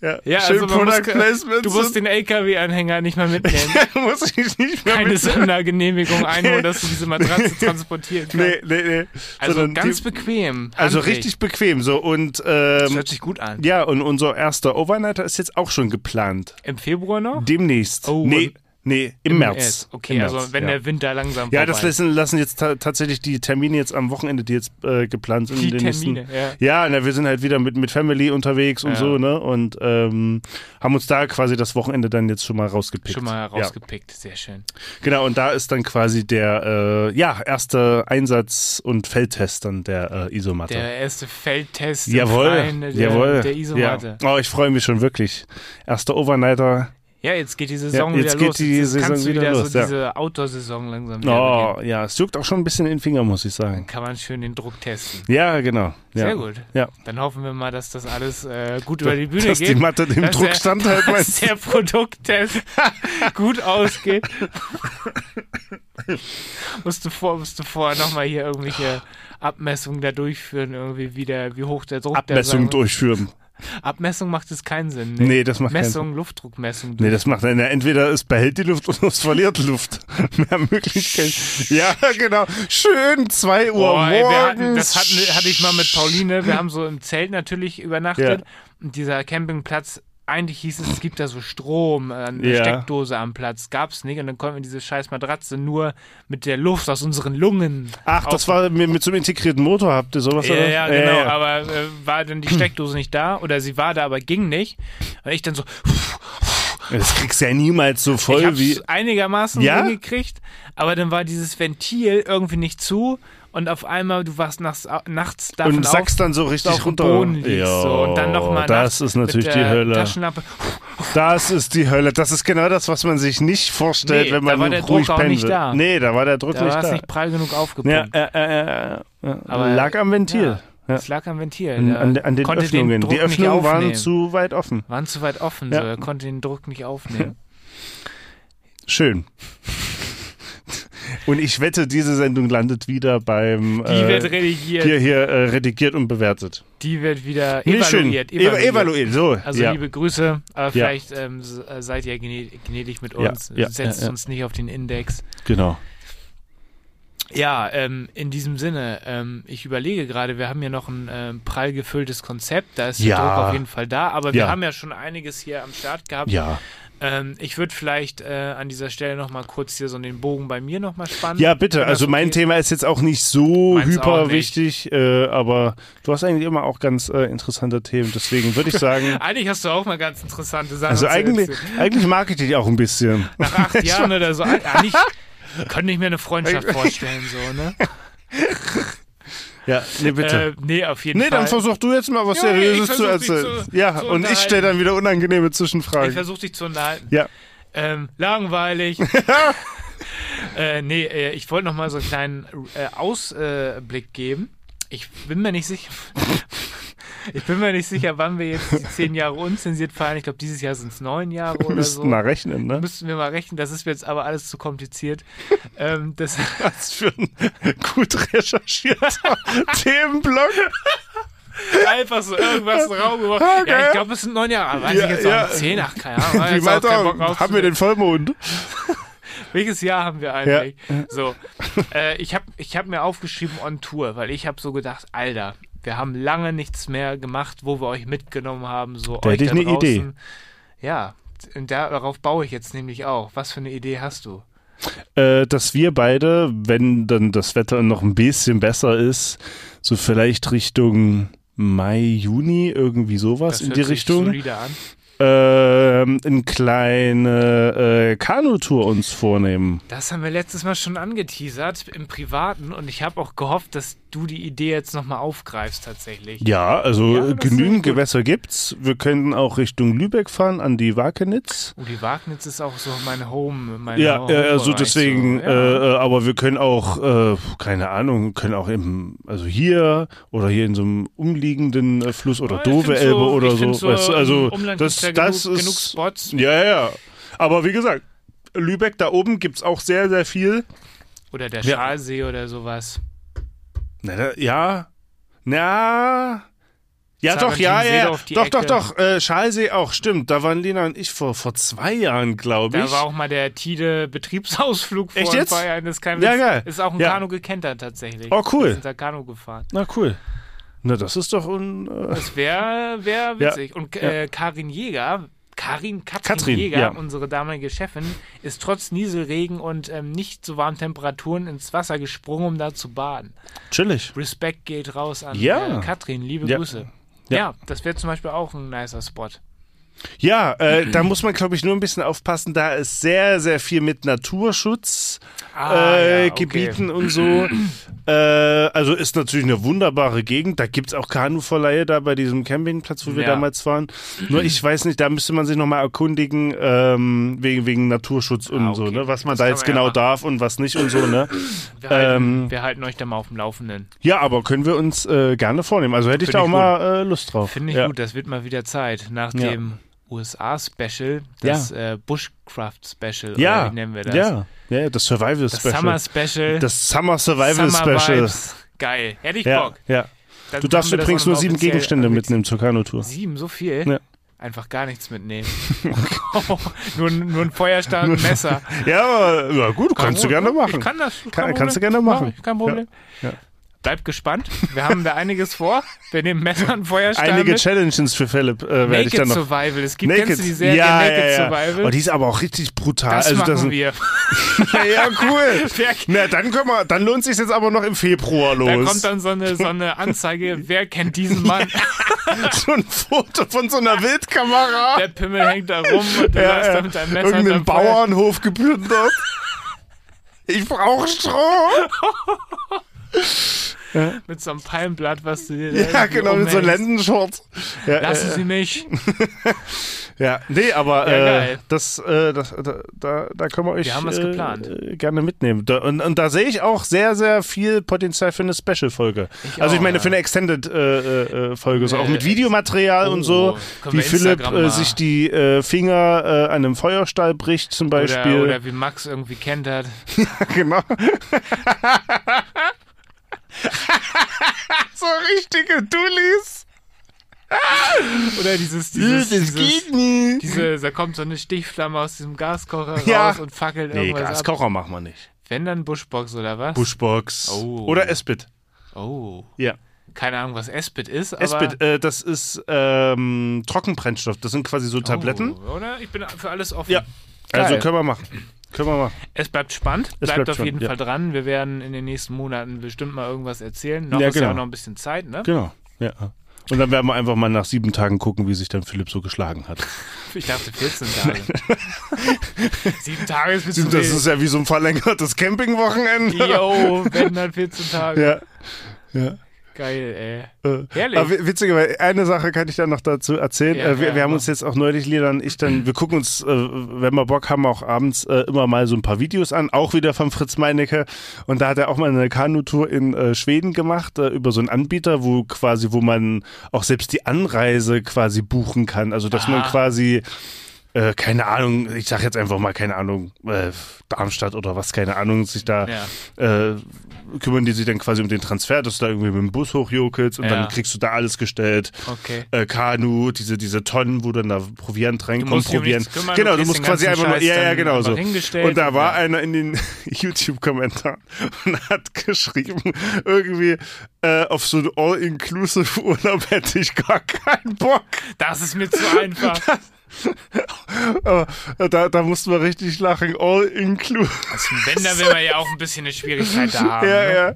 [SPEAKER 3] Ja,
[SPEAKER 2] Ja,
[SPEAKER 3] Schön
[SPEAKER 2] also man muss,
[SPEAKER 3] Product Placement.
[SPEAKER 2] Du musst
[SPEAKER 3] sind-
[SPEAKER 2] den LKW-Anhänger nicht mehr mitnehmen.
[SPEAKER 3] muss ich nicht mehr
[SPEAKER 2] Keine
[SPEAKER 3] mit.
[SPEAKER 2] Sondergenehmigung einholen, dass du diese Matratze
[SPEAKER 3] Nee.
[SPEAKER 2] transportieren kannst.
[SPEAKER 3] Nee, nee, nee.
[SPEAKER 2] Also
[SPEAKER 3] Sondern
[SPEAKER 2] ganz
[SPEAKER 3] die,
[SPEAKER 2] bequem.
[SPEAKER 3] also
[SPEAKER 2] handlich.
[SPEAKER 3] richtig bequem so und
[SPEAKER 2] Das
[SPEAKER 3] ähm,
[SPEAKER 2] hört sich gut an.
[SPEAKER 3] ja und unser erster Overnighter ist jetzt auch schon geplant.
[SPEAKER 2] Im Februar noch?
[SPEAKER 3] Demnächst.
[SPEAKER 2] Oh,
[SPEAKER 3] nee,
[SPEAKER 2] und-
[SPEAKER 3] nee, im, März.
[SPEAKER 2] Äh, Okay,
[SPEAKER 3] Im
[SPEAKER 2] also
[SPEAKER 3] März,
[SPEAKER 2] wenn
[SPEAKER 3] ja.
[SPEAKER 2] der Winter langsam
[SPEAKER 3] Ja,
[SPEAKER 2] vorbei
[SPEAKER 3] das lassen, lassen jetzt ta tatsächlich die Termine jetzt am Wochenende, die jetzt äh, geplant sind.
[SPEAKER 2] Die
[SPEAKER 3] in den nächsten-
[SPEAKER 2] Termine, ja.
[SPEAKER 3] Ja, na, wir sind halt wieder mit, mit Family unterwegs und
[SPEAKER 2] Ja.
[SPEAKER 3] so, ne? Und ähm, haben uns da quasi das Wochenende dann jetzt schon mal rausgepickt.
[SPEAKER 2] schon mal
[SPEAKER 3] Ja.
[SPEAKER 2] rausgepickt. Sehr schön.
[SPEAKER 3] Genau, und da ist dann quasi der äh, ja, erste Einsatz und Feldtest dann der äh, Isomatte.
[SPEAKER 2] Der erste Feldtest im
[SPEAKER 3] Jawohl,
[SPEAKER 2] Freien der,
[SPEAKER 3] jawohl.
[SPEAKER 2] der Isomatte.
[SPEAKER 3] Ja. Oh, ich freue mich schon wirklich. Erster Overnighter.
[SPEAKER 2] Ja. jetzt geht die Saison
[SPEAKER 3] Ja, jetzt
[SPEAKER 2] wieder
[SPEAKER 3] geht
[SPEAKER 2] los.
[SPEAKER 3] die
[SPEAKER 2] jetzt
[SPEAKER 3] Saison
[SPEAKER 2] kannst du
[SPEAKER 3] wieder
[SPEAKER 2] wieder,
[SPEAKER 3] los,
[SPEAKER 2] so
[SPEAKER 3] ja.
[SPEAKER 2] diese Outdoor-Saison langsam wieder
[SPEAKER 3] Oh,
[SPEAKER 2] beginnen.
[SPEAKER 3] ja, es juckt auch schon ein bisschen in den Finger, muss ich sagen.
[SPEAKER 2] Kann man schön den Druck testen.
[SPEAKER 3] Ja, genau. Ja.
[SPEAKER 2] Sehr gut.
[SPEAKER 3] Ja.
[SPEAKER 2] Dann hoffen wir mal, dass das alles äh, gut über die Bühne
[SPEAKER 3] Dass
[SPEAKER 2] geht.
[SPEAKER 3] die Matte dem
[SPEAKER 2] dass
[SPEAKER 3] Druck halt,
[SPEAKER 2] der,
[SPEAKER 3] standhält,
[SPEAKER 2] Dass
[SPEAKER 3] meinst
[SPEAKER 2] der Produkttest gut ausgeht. musst, du vor, musst du vorher nochmal hier irgendwelche Abmessungen da durchführen, irgendwie wie, der, wie hoch der Druck
[SPEAKER 3] Abmessung
[SPEAKER 2] da sein-
[SPEAKER 3] durchführen.
[SPEAKER 2] Abmessung macht es keinen Sinn. Ne?
[SPEAKER 3] Nee, das macht keinen
[SPEAKER 2] Messung, Luftdruckmessung.
[SPEAKER 3] Nee, das macht einer. Entweder es behält die Luft oder es verliert Luft. Mehr Möglichkeiten. Ja, genau. Schön, 2 Uhr
[SPEAKER 2] Boah, ey, wir
[SPEAKER 3] morgens.
[SPEAKER 2] hatten, das hatten, hatte ich mal mit Pauline. Wir haben so im Zelt natürlich übernachtet.
[SPEAKER 3] Ja.
[SPEAKER 2] Und dieser Campingplatz, eigentlich hieß es, es gibt da so Strom, äh, eine
[SPEAKER 3] Ja.
[SPEAKER 2] Steckdose am Platz. Gab's nicht. Und dann konnten wir diese scheiß Matratze nur mit der Luft aus unseren Lungen.
[SPEAKER 3] Ach, das war mit, mit so einem integrierten Motor, habt ihr sowas?
[SPEAKER 2] Ja,
[SPEAKER 3] oder?
[SPEAKER 2] ja, genau. Aber äh, war dann die Steckdose nicht da? Oder sie war da, aber ging nicht. Und ich dann so,
[SPEAKER 3] Das kriegst du ja niemals so
[SPEAKER 2] ich
[SPEAKER 3] voll
[SPEAKER 2] hab's
[SPEAKER 3] wie.
[SPEAKER 2] einigermaßen
[SPEAKER 3] Ja?
[SPEAKER 2] hingekriegt, aber dann war dieses Ventil irgendwie nicht zu und auf einmal, du warst nachts, nachts davon
[SPEAKER 3] Und
[SPEAKER 2] auf,
[SPEAKER 3] sackst dann so richtig
[SPEAKER 2] auf dem
[SPEAKER 3] runter.
[SPEAKER 2] Boden liegst. so. Und dann nochmal
[SPEAKER 3] das ist natürlich
[SPEAKER 2] mit
[SPEAKER 3] die
[SPEAKER 2] der
[SPEAKER 3] Hölle.
[SPEAKER 2] Taschenlampe.
[SPEAKER 3] Das ist die Hölle. Das ist genau das, was man sich nicht vorstellt,
[SPEAKER 2] Nee,
[SPEAKER 3] wenn
[SPEAKER 2] da
[SPEAKER 3] man
[SPEAKER 2] war der
[SPEAKER 3] ruhig
[SPEAKER 2] Druck auch
[SPEAKER 3] pennen
[SPEAKER 2] nicht
[SPEAKER 3] will.
[SPEAKER 2] da.
[SPEAKER 3] Nee, da war der Druck
[SPEAKER 2] Da
[SPEAKER 3] nicht
[SPEAKER 2] war es
[SPEAKER 3] da.
[SPEAKER 2] nicht prall genug
[SPEAKER 3] ja,
[SPEAKER 2] aufgepumpt.
[SPEAKER 3] äh, äh, äh, äh,
[SPEAKER 2] Aber-
[SPEAKER 3] lag am Ventil. Ja.
[SPEAKER 2] Es lag am Ventil.
[SPEAKER 3] An,
[SPEAKER 2] da
[SPEAKER 3] an, an den
[SPEAKER 2] konnte
[SPEAKER 3] Öffnungen.
[SPEAKER 2] Den Druck
[SPEAKER 3] die Öffnungen
[SPEAKER 2] nicht
[SPEAKER 3] waren
[SPEAKER 2] aufnehmen.
[SPEAKER 3] zu weit offen.
[SPEAKER 2] waren zu weit offen,
[SPEAKER 3] Ja.
[SPEAKER 2] so. er konnte den Druck nicht aufnehmen.
[SPEAKER 3] Schön. Und ich wette, diese Sendung landet wieder beim
[SPEAKER 2] Die wird
[SPEAKER 3] äh,
[SPEAKER 2] redigiert,
[SPEAKER 3] hier, hier äh, redigiert und bewertet.
[SPEAKER 2] die wird wieder
[SPEAKER 3] Nee,
[SPEAKER 2] evaluiert.
[SPEAKER 3] schön. Evaluiert. evaluiert. So,
[SPEAKER 2] Also
[SPEAKER 3] ja.
[SPEAKER 2] liebe Grüße, aber vielleicht ähm, s- äh, seid ihr gnä- gnädig mit
[SPEAKER 3] Ja,
[SPEAKER 2] uns,
[SPEAKER 3] ja,
[SPEAKER 2] setzt
[SPEAKER 3] ja, ja.
[SPEAKER 2] uns nicht auf den Index.
[SPEAKER 3] genau.
[SPEAKER 2] Ja, ähm, in diesem Sinne, ähm, ich überlege gerade, wir haben hier noch ein ähm, prall gefülltes Konzept, da ist
[SPEAKER 3] Ja.
[SPEAKER 2] der Druck auf jeden Fall da, aber wir
[SPEAKER 3] Ja.
[SPEAKER 2] haben ja schon einiges hier am Start gehabt.
[SPEAKER 3] Ja.
[SPEAKER 2] Ähm, ich würde vielleicht äh, an dieser Stelle nochmal kurz hier so den Bogen bei mir nochmal spannen.
[SPEAKER 3] Ja, bitte.
[SPEAKER 2] Wenn das
[SPEAKER 3] Also mein
[SPEAKER 2] okay-
[SPEAKER 3] Thema ist jetzt auch nicht so
[SPEAKER 2] Meins
[SPEAKER 3] hyper
[SPEAKER 2] auch nicht.
[SPEAKER 3] wichtig, äh, aber du hast eigentlich immer auch ganz äh, interessante Themen. Deswegen würde ich sagen,
[SPEAKER 2] Eigentlich hast du auch mal ganz interessante Sachen.
[SPEAKER 3] also
[SPEAKER 2] zu
[SPEAKER 3] eigentlich,
[SPEAKER 2] erzählen.
[SPEAKER 3] eigentlich mag ich dich auch ein bisschen.
[SPEAKER 2] Nach acht Jahren oder so. Eigentlich könnte ich mir eine Freundschaft vorstellen, so, ne?
[SPEAKER 3] Ja, nee, bitte.
[SPEAKER 2] Äh, nee, auf jeden
[SPEAKER 3] nee,
[SPEAKER 2] Fall.
[SPEAKER 3] dann versuch du jetzt mal was
[SPEAKER 2] Ja,
[SPEAKER 3] Seriöses
[SPEAKER 2] ich
[SPEAKER 3] zu
[SPEAKER 2] versuch, dich
[SPEAKER 3] erzählen.
[SPEAKER 2] zu-
[SPEAKER 3] ja,
[SPEAKER 2] zu
[SPEAKER 3] und ich
[SPEAKER 2] unterhalten.
[SPEAKER 3] stelle dann wieder unangenehme
[SPEAKER 2] Ich
[SPEAKER 3] Zwischenfragen.
[SPEAKER 2] versuche dich zu unterhalten.
[SPEAKER 3] Ja.
[SPEAKER 2] Ähm, langweilig. äh, nee, äh, ich wollte noch mal so einen kleinen äh, Ausblick äh, Blick geben. Ich bin mir nicht sicher. Ich bin mir nicht sicher, wann wir jetzt die zehn Jahre unzensiert feiern. Ich glaube, dieses Jahr sind es neun Jahre
[SPEAKER 3] Wir
[SPEAKER 2] oder
[SPEAKER 3] müssten
[SPEAKER 2] so.
[SPEAKER 3] mal rechnen, ne?
[SPEAKER 2] Müssten wir mal rechnen. Das ist mir jetzt aber alles zu kompliziert. ähm, das,
[SPEAKER 3] Was für ein gut recherchierter Themenblock.
[SPEAKER 2] einfach so irgendwas in den Raum geworfen.
[SPEAKER 3] Okay.
[SPEAKER 2] Ja, ich glaube, es sind neun Jahre. Aber Weiß
[SPEAKER 3] Ja,
[SPEAKER 2] ich jetzt
[SPEAKER 3] ja.
[SPEAKER 2] auch nicht. zehn, ach, keine Ahnung.
[SPEAKER 3] Wie
[SPEAKER 2] Jetzt auch
[SPEAKER 3] weit
[SPEAKER 2] keinen Bock
[SPEAKER 3] auch? Haben wir den Vollmond?
[SPEAKER 2] Welches Jahr haben wir eigentlich? So, äh, ich habe ich hab mir aufgeschrieben on Tour, weil ich habe so gedacht, Alter, wir haben lange nichts mehr gemacht, wo wir euch mitgenommen haben. So
[SPEAKER 3] Da
[SPEAKER 2] euch
[SPEAKER 3] hätte ich
[SPEAKER 2] da
[SPEAKER 3] eine
[SPEAKER 2] draußen.
[SPEAKER 3] Idee.
[SPEAKER 2] Ja, und darauf baue ich jetzt nämlich auch. Was für eine Idee hast du?
[SPEAKER 3] äh, dass wir beide, wenn dann das Wetter noch ein bisschen besser ist, so vielleicht Richtung Mai, Juni, irgendwie sowas
[SPEAKER 2] Das
[SPEAKER 3] in
[SPEAKER 2] hört
[SPEAKER 3] die
[SPEAKER 2] sich
[SPEAKER 3] Richtung,
[SPEAKER 2] Solider an.
[SPEAKER 3] ähm, eine kleine äh, Kanutour uns vornehmen.
[SPEAKER 2] Das haben wir letztes Mal schon angeteasert im Privaten und ich habe auch gehofft, dass du die Idee jetzt nochmal aufgreifst tatsächlich.
[SPEAKER 3] Ja, also
[SPEAKER 2] Ja,
[SPEAKER 3] äh,
[SPEAKER 2] das
[SPEAKER 3] genügend
[SPEAKER 2] ist gut.
[SPEAKER 3] Gewässer gibt's. Wir könnten auch Richtung Lübeck fahren, an die Wakenitz.
[SPEAKER 2] Uli Wagnitz ist auch so mein Home. Mein
[SPEAKER 3] Ja,
[SPEAKER 2] Home
[SPEAKER 3] äh, also
[SPEAKER 2] Bereich,
[SPEAKER 3] deswegen,
[SPEAKER 2] Genau, So. Ja.
[SPEAKER 3] äh, äh, aber wir können auch, äh, keine Ahnung, können auch im, also hier oder hier in so einem umliegenden äh, Fluss oder
[SPEAKER 2] Ja, ich
[SPEAKER 3] Dove
[SPEAKER 2] find's
[SPEAKER 3] Elbe
[SPEAKER 2] so-
[SPEAKER 3] oder
[SPEAKER 2] ich
[SPEAKER 3] so.
[SPEAKER 2] find's so,
[SPEAKER 3] weißt du,
[SPEAKER 2] im
[SPEAKER 3] also
[SPEAKER 2] Umland
[SPEAKER 3] das,
[SPEAKER 2] gibt's ja
[SPEAKER 3] das
[SPEAKER 2] genug-
[SPEAKER 3] ist.
[SPEAKER 2] genug Spots.
[SPEAKER 3] Ja, ja. Aber wie gesagt, Lübeck da oben gibt's auch sehr, sehr viel.
[SPEAKER 2] Oder der
[SPEAKER 3] Ja.
[SPEAKER 2] Schalsee oder sowas.
[SPEAKER 3] Na, da, ja. Na. Ja, doch, ja,
[SPEAKER 2] Sargentinsee
[SPEAKER 3] ja.
[SPEAKER 2] auf die
[SPEAKER 3] Doch, doch,
[SPEAKER 2] Ecke.
[SPEAKER 3] doch. Äh, Schalsee auch, stimmt. Da waren Lena und ich vor, vor zwei Jahren, glaube ich.
[SPEAKER 2] Da war auch mal der Tide Betriebsausflug vor
[SPEAKER 3] Echt
[SPEAKER 2] ein
[SPEAKER 3] jetzt?
[SPEAKER 2] paar Jahren. Das ist, kein
[SPEAKER 3] Ja,
[SPEAKER 2] Witz.
[SPEAKER 3] geil.
[SPEAKER 2] ist auch ein
[SPEAKER 3] Ja.
[SPEAKER 2] Kanu gekentert tatsächlich.
[SPEAKER 3] Oh, cool.
[SPEAKER 2] Wir sind da Kanu gefahren.
[SPEAKER 3] Na cool. Na, das ist doch un, äh,
[SPEAKER 2] Das wäre wär witzig. Und äh, Karin Jäger, Karin Katrin,
[SPEAKER 3] Katrin,
[SPEAKER 2] Jäger,
[SPEAKER 3] ja.
[SPEAKER 2] unsere damalige Chefin, ist trotz Nieselregen und ähm, nicht so warmen Temperaturen ins Wasser gesprungen, um da zu baden.
[SPEAKER 3] chillig.
[SPEAKER 2] Respekt geht raus an
[SPEAKER 3] Ja.
[SPEAKER 2] äh, Katrin. Liebe
[SPEAKER 3] Ja.
[SPEAKER 2] Grüße. Ja,
[SPEAKER 3] Ja.
[SPEAKER 2] das wäre zum Beispiel auch ein nicer Spot.
[SPEAKER 3] Ja, äh, da muss man, glaube ich, nur ein bisschen aufpassen. Da ist sehr, sehr viel mit Naturschutz
[SPEAKER 2] Ah,
[SPEAKER 3] äh,
[SPEAKER 2] ja, okay.
[SPEAKER 3] Gebieten und so. Äh, also ist natürlich eine wunderbare Gegend. Da gibt's auch Kanuverleihe da bei diesem Campingplatz, wo wir
[SPEAKER 2] Ja.
[SPEAKER 3] damals waren. Nur ich weiß nicht, da müsste man sich nochmal erkundigen, ähm, wegen, wegen Naturschutz und
[SPEAKER 2] Ah, okay.
[SPEAKER 3] so, ne? was man
[SPEAKER 2] Das
[SPEAKER 3] da
[SPEAKER 2] kann
[SPEAKER 3] jetzt
[SPEAKER 2] man ja
[SPEAKER 3] genau
[SPEAKER 2] machen.
[SPEAKER 3] darf und was nicht und so. Ne?
[SPEAKER 2] Wir, halten,
[SPEAKER 3] Ähm.
[SPEAKER 2] wir halten euch da mal auf dem Laufenden.
[SPEAKER 3] Ja, aber können wir uns äh, gerne vornehmen. Also hätte ich
[SPEAKER 2] Finde
[SPEAKER 3] da auch
[SPEAKER 2] ich
[SPEAKER 3] mal äh, Lust drauf.
[SPEAKER 2] Finde ich
[SPEAKER 3] ja.
[SPEAKER 2] gut, das wird mal wieder Zeit. Nach
[SPEAKER 3] Ja.
[SPEAKER 2] dem USA-Special, das äh, Bushcraft-Special,
[SPEAKER 3] Ja,
[SPEAKER 2] oder wie äh, nennen wir das?
[SPEAKER 3] ja, ja, das Survival
[SPEAKER 2] Das
[SPEAKER 3] Special.
[SPEAKER 2] Summer-Special.
[SPEAKER 3] das Summer Survival
[SPEAKER 2] Äh, Summer
[SPEAKER 3] Special.
[SPEAKER 2] Vibes. Geil. Hätte ich
[SPEAKER 3] Ja,
[SPEAKER 2] Bock.
[SPEAKER 3] ja.
[SPEAKER 2] Dann
[SPEAKER 3] Du darfst
[SPEAKER 2] machen wir das
[SPEAKER 3] übrigens
[SPEAKER 2] auch noch
[SPEAKER 3] nur sieben
[SPEAKER 2] offiziell.
[SPEAKER 3] Gegenstände
[SPEAKER 2] Also
[SPEAKER 3] mitnehmen zur Kanutour.
[SPEAKER 2] Sieben, so viel?
[SPEAKER 3] Ja.
[SPEAKER 2] Einfach gar nichts mitnehmen. nur, nur ein Feuerstein und ein Messer.
[SPEAKER 3] Ja, aber, ja gut, kannst du gerne machen.
[SPEAKER 2] Ich kann das. kein
[SPEAKER 3] Kann-
[SPEAKER 2] Problem.
[SPEAKER 3] kannst du gerne machen.
[SPEAKER 2] Mach ich, Kein Problem.
[SPEAKER 3] Ja, ja.
[SPEAKER 2] Bleibt gespannt. Wir haben da einiges vor. Wir nehmen Messer und Feuerstein
[SPEAKER 3] Einige
[SPEAKER 2] mit.
[SPEAKER 3] Challenges für Philipp äh, werde ich
[SPEAKER 2] Naked
[SPEAKER 3] dann noch.
[SPEAKER 2] Survival. Es gibt, kennst du die Serie
[SPEAKER 3] ja,
[SPEAKER 2] Naked
[SPEAKER 3] ja, ja.
[SPEAKER 2] Survival?
[SPEAKER 3] Oh, die ist aber auch richtig brutal.
[SPEAKER 2] das
[SPEAKER 3] also,
[SPEAKER 2] machen
[SPEAKER 3] das sind,
[SPEAKER 2] wir.
[SPEAKER 3] Ja, ja, cool.
[SPEAKER 2] Wer-
[SPEAKER 3] Na, dann können wir, dann lohnt sich jetzt aber noch im Februar los.
[SPEAKER 2] Da kommt dann so eine, so eine Anzeige, wer kennt diesen Mann?
[SPEAKER 3] so ein Foto von so einer Wildkamera.
[SPEAKER 2] Der Pimmel hängt da rum und du läufst da mit deinem Messer
[SPEAKER 3] irgendeinen
[SPEAKER 2] hinterm Feuer-
[SPEAKER 3] Bauernhof geplündert. ich brauche Stroh.
[SPEAKER 2] Mit so einem Palmblatt, was du dir da
[SPEAKER 3] Ja,
[SPEAKER 2] irgendwie
[SPEAKER 3] genau, mit so
[SPEAKER 2] umhängst.
[SPEAKER 3] Lendenshorts. Ja, äh,
[SPEAKER 2] Lassen Sie mich.
[SPEAKER 3] Ja, nee, aber
[SPEAKER 2] Ja,
[SPEAKER 3] äh,
[SPEAKER 2] geil.
[SPEAKER 3] das, äh, das, da, da, da können wir euch
[SPEAKER 2] Wir haben was
[SPEAKER 3] äh,
[SPEAKER 2] geplant.
[SPEAKER 3] äh, gerne mitnehmen. Da, und, und da sehe ich auch sehr, sehr viel Potenzial für eine Special-Folge.
[SPEAKER 2] Ich
[SPEAKER 3] Also ich
[SPEAKER 2] auch,
[SPEAKER 3] meine
[SPEAKER 2] ja.
[SPEAKER 3] für eine Extended-Folge, äh, Folge, so auch mit
[SPEAKER 2] Äh,
[SPEAKER 3] Videomaterial
[SPEAKER 2] oh,
[SPEAKER 3] und so,
[SPEAKER 2] können
[SPEAKER 3] wie
[SPEAKER 2] wir
[SPEAKER 3] Philipp
[SPEAKER 2] Instagram
[SPEAKER 3] äh,
[SPEAKER 2] mal-
[SPEAKER 3] sich die äh, Finger äh, an einem Feuerstahl bricht zum Beispiel.
[SPEAKER 2] Oder, oder wie Max irgendwie kentert.
[SPEAKER 3] genau. so richtige Dullis.
[SPEAKER 2] Oder dieses, dieses, dieses
[SPEAKER 3] nicht.
[SPEAKER 2] diese, da kommt so eine Stichflamme aus diesem Gaskocher
[SPEAKER 3] Ja.
[SPEAKER 2] raus und fackelt
[SPEAKER 3] Nee,
[SPEAKER 2] irgendwas ab.
[SPEAKER 3] Gaskocher machen wir nicht.
[SPEAKER 2] Wenn dann Buschbox oder was?
[SPEAKER 3] Bushbox.
[SPEAKER 2] Oh.
[SPEAKER 3] Oder Espit.
[SPEAKER 2] Oh.
[SPEAKER 3] Ja.
[SPEAKER 2] Keine Ahnung, was Espit ist, aber. Uh,
[SPEAKER 3] Espit, äh, das ist ähm, Trockenbrennstoff. Das sind quasi so Tabletten.
[SPEAKER 2] Oh, oder? Ich bin für alles offen.
[SPEAKER 3] Ja. Also können wir machen. Können wir machen.
[SPEAKER 2] Es bleibt spannend, bleibt,
[SPEAKER 3] bleibt
[SPEAKER 2] auf jeden
[SPEAKER 3] spannend, ja.
[SPEAKER 2] Fall dran. Wir werden in den nächsten Monaten bestimmt mal irgendwas erzählen. Noch
[SPEAKER 3] Ja,
[SPEAKER 2] ist ja
[SPEAKER 3] genau.
[SPEAKER 2] auch noch ein bisschen Zeit, ne?
[SPEAKER 3] Genau. Ja. Und dann werden wir einfach mal nach sieben Tagen gucken, wie sich dann Philipp so geschlagen hat.
[SPEAKER 2] Ich dachte 14 Tage. Sieben Tage ist bis zum
[SPEAKER 3] Das ist ja wie so ein verlängertes Campingwochenende.
[SPEAKER 2] Yo, wenn dann 14 Tage.
[SPEAKER 3] Ja. ja.
[SPEAKER 2] Geil,
[SPEAKER 3] Äh,
[SPEAKER 2] Herrlich.
[SPEAKER 3] Aber wi- witzigerweise, eine Sache kann ich dann noch dazu erzählen.
[SPEAKER 2] Ja,
[SPEAKER 3] äh, wir,
[SPEAKER 2] ja,
[SPEAKER 3] wir haben
[SPEAKER 2] mach.
[SPEAKER 3] uns jetzt auch neulich, Lila und ich, dann, wir gucken uns, äh, wenn wir Bock haben, auch abends äh, immer mal so ein paar Videos an, auch wieder von Fritz Meinecke. Und da hat er auch mal eine Kanutour in äh, Schweden gemacht, äh, über so einen Anbieter, wo quasi, wo man auch selbst die Anreise quasi buchen kann. Also, dass man
[SPEAKER 2] Ah.
[SPEAKER 3] quasi äh, keine Ahnung, ich sag jetzt einfach mal, keine Ahnung, äh, Darmstadt oder was, keine Ahnung, sich da
[SPEAKER 2] Ja.
[SPEAKER 3] äh, kümmern die sich dann quasi um den Transfer, dass du da irgendwie mit dem Bus hochjokelst und
[SPEAKER 2] Ja.
[SPEAKER 3] dann kriegst du da alles gestellt.
[SPEAKER 2] ey. Okay.
[SPEAKER 3] Äh, Kanu, diese, diese Tonnen, wo dann da Proviant reinkommt,
[SPEAKER 2] musst dich um
[SPEAKER 3] Proviant.
[SPEAKER 2] nichts kümmern,
[SPEAKER 3] genau,
[SPEAKER 2] du
[SPEAKER 3] du
[SPEAKER 2] kriegst
[SPEAKER 3] musst
[SPEAKER 2] den
[SPEAKER 3] quasi
[SPEAKER 2] ganzen
[SPEAKER 3] einfach nur,
[SPEAKER 2] Scheiß
[SPEAKER 3] ja, ja,
[SPEAKER 2] dann
[SPEAKER 3] genau
[SPEAKER 2] einfach
[SPEAKER 3] so.
[SPEAKER 2] hingestellt
[SPEAKER 3] Und da
[SPEAKER 2] und
[SPEAKER 3] war
[SPEAKER 2] ja.
[SPEAKER 3] einer in den YouTube-Kommentaren und hat geschrieben, irgendwie, äh, auf so einen All-Inclusive-Urlaub hätte ich gar keinen Bock.
[SPEAKER 2] Das ist mir zu einfach.
[SPEAKER 3] Aber da, da mussten wir richtig lachen. All-Inclusive.
[SPEAKER 2] Wenn, dann will man ja auch ein bisschen eine Schwierigkeit da haben.
[SPEAKER 3] Ja,
[SPEAKER 2] ne?
[SPEAKER 3] ja.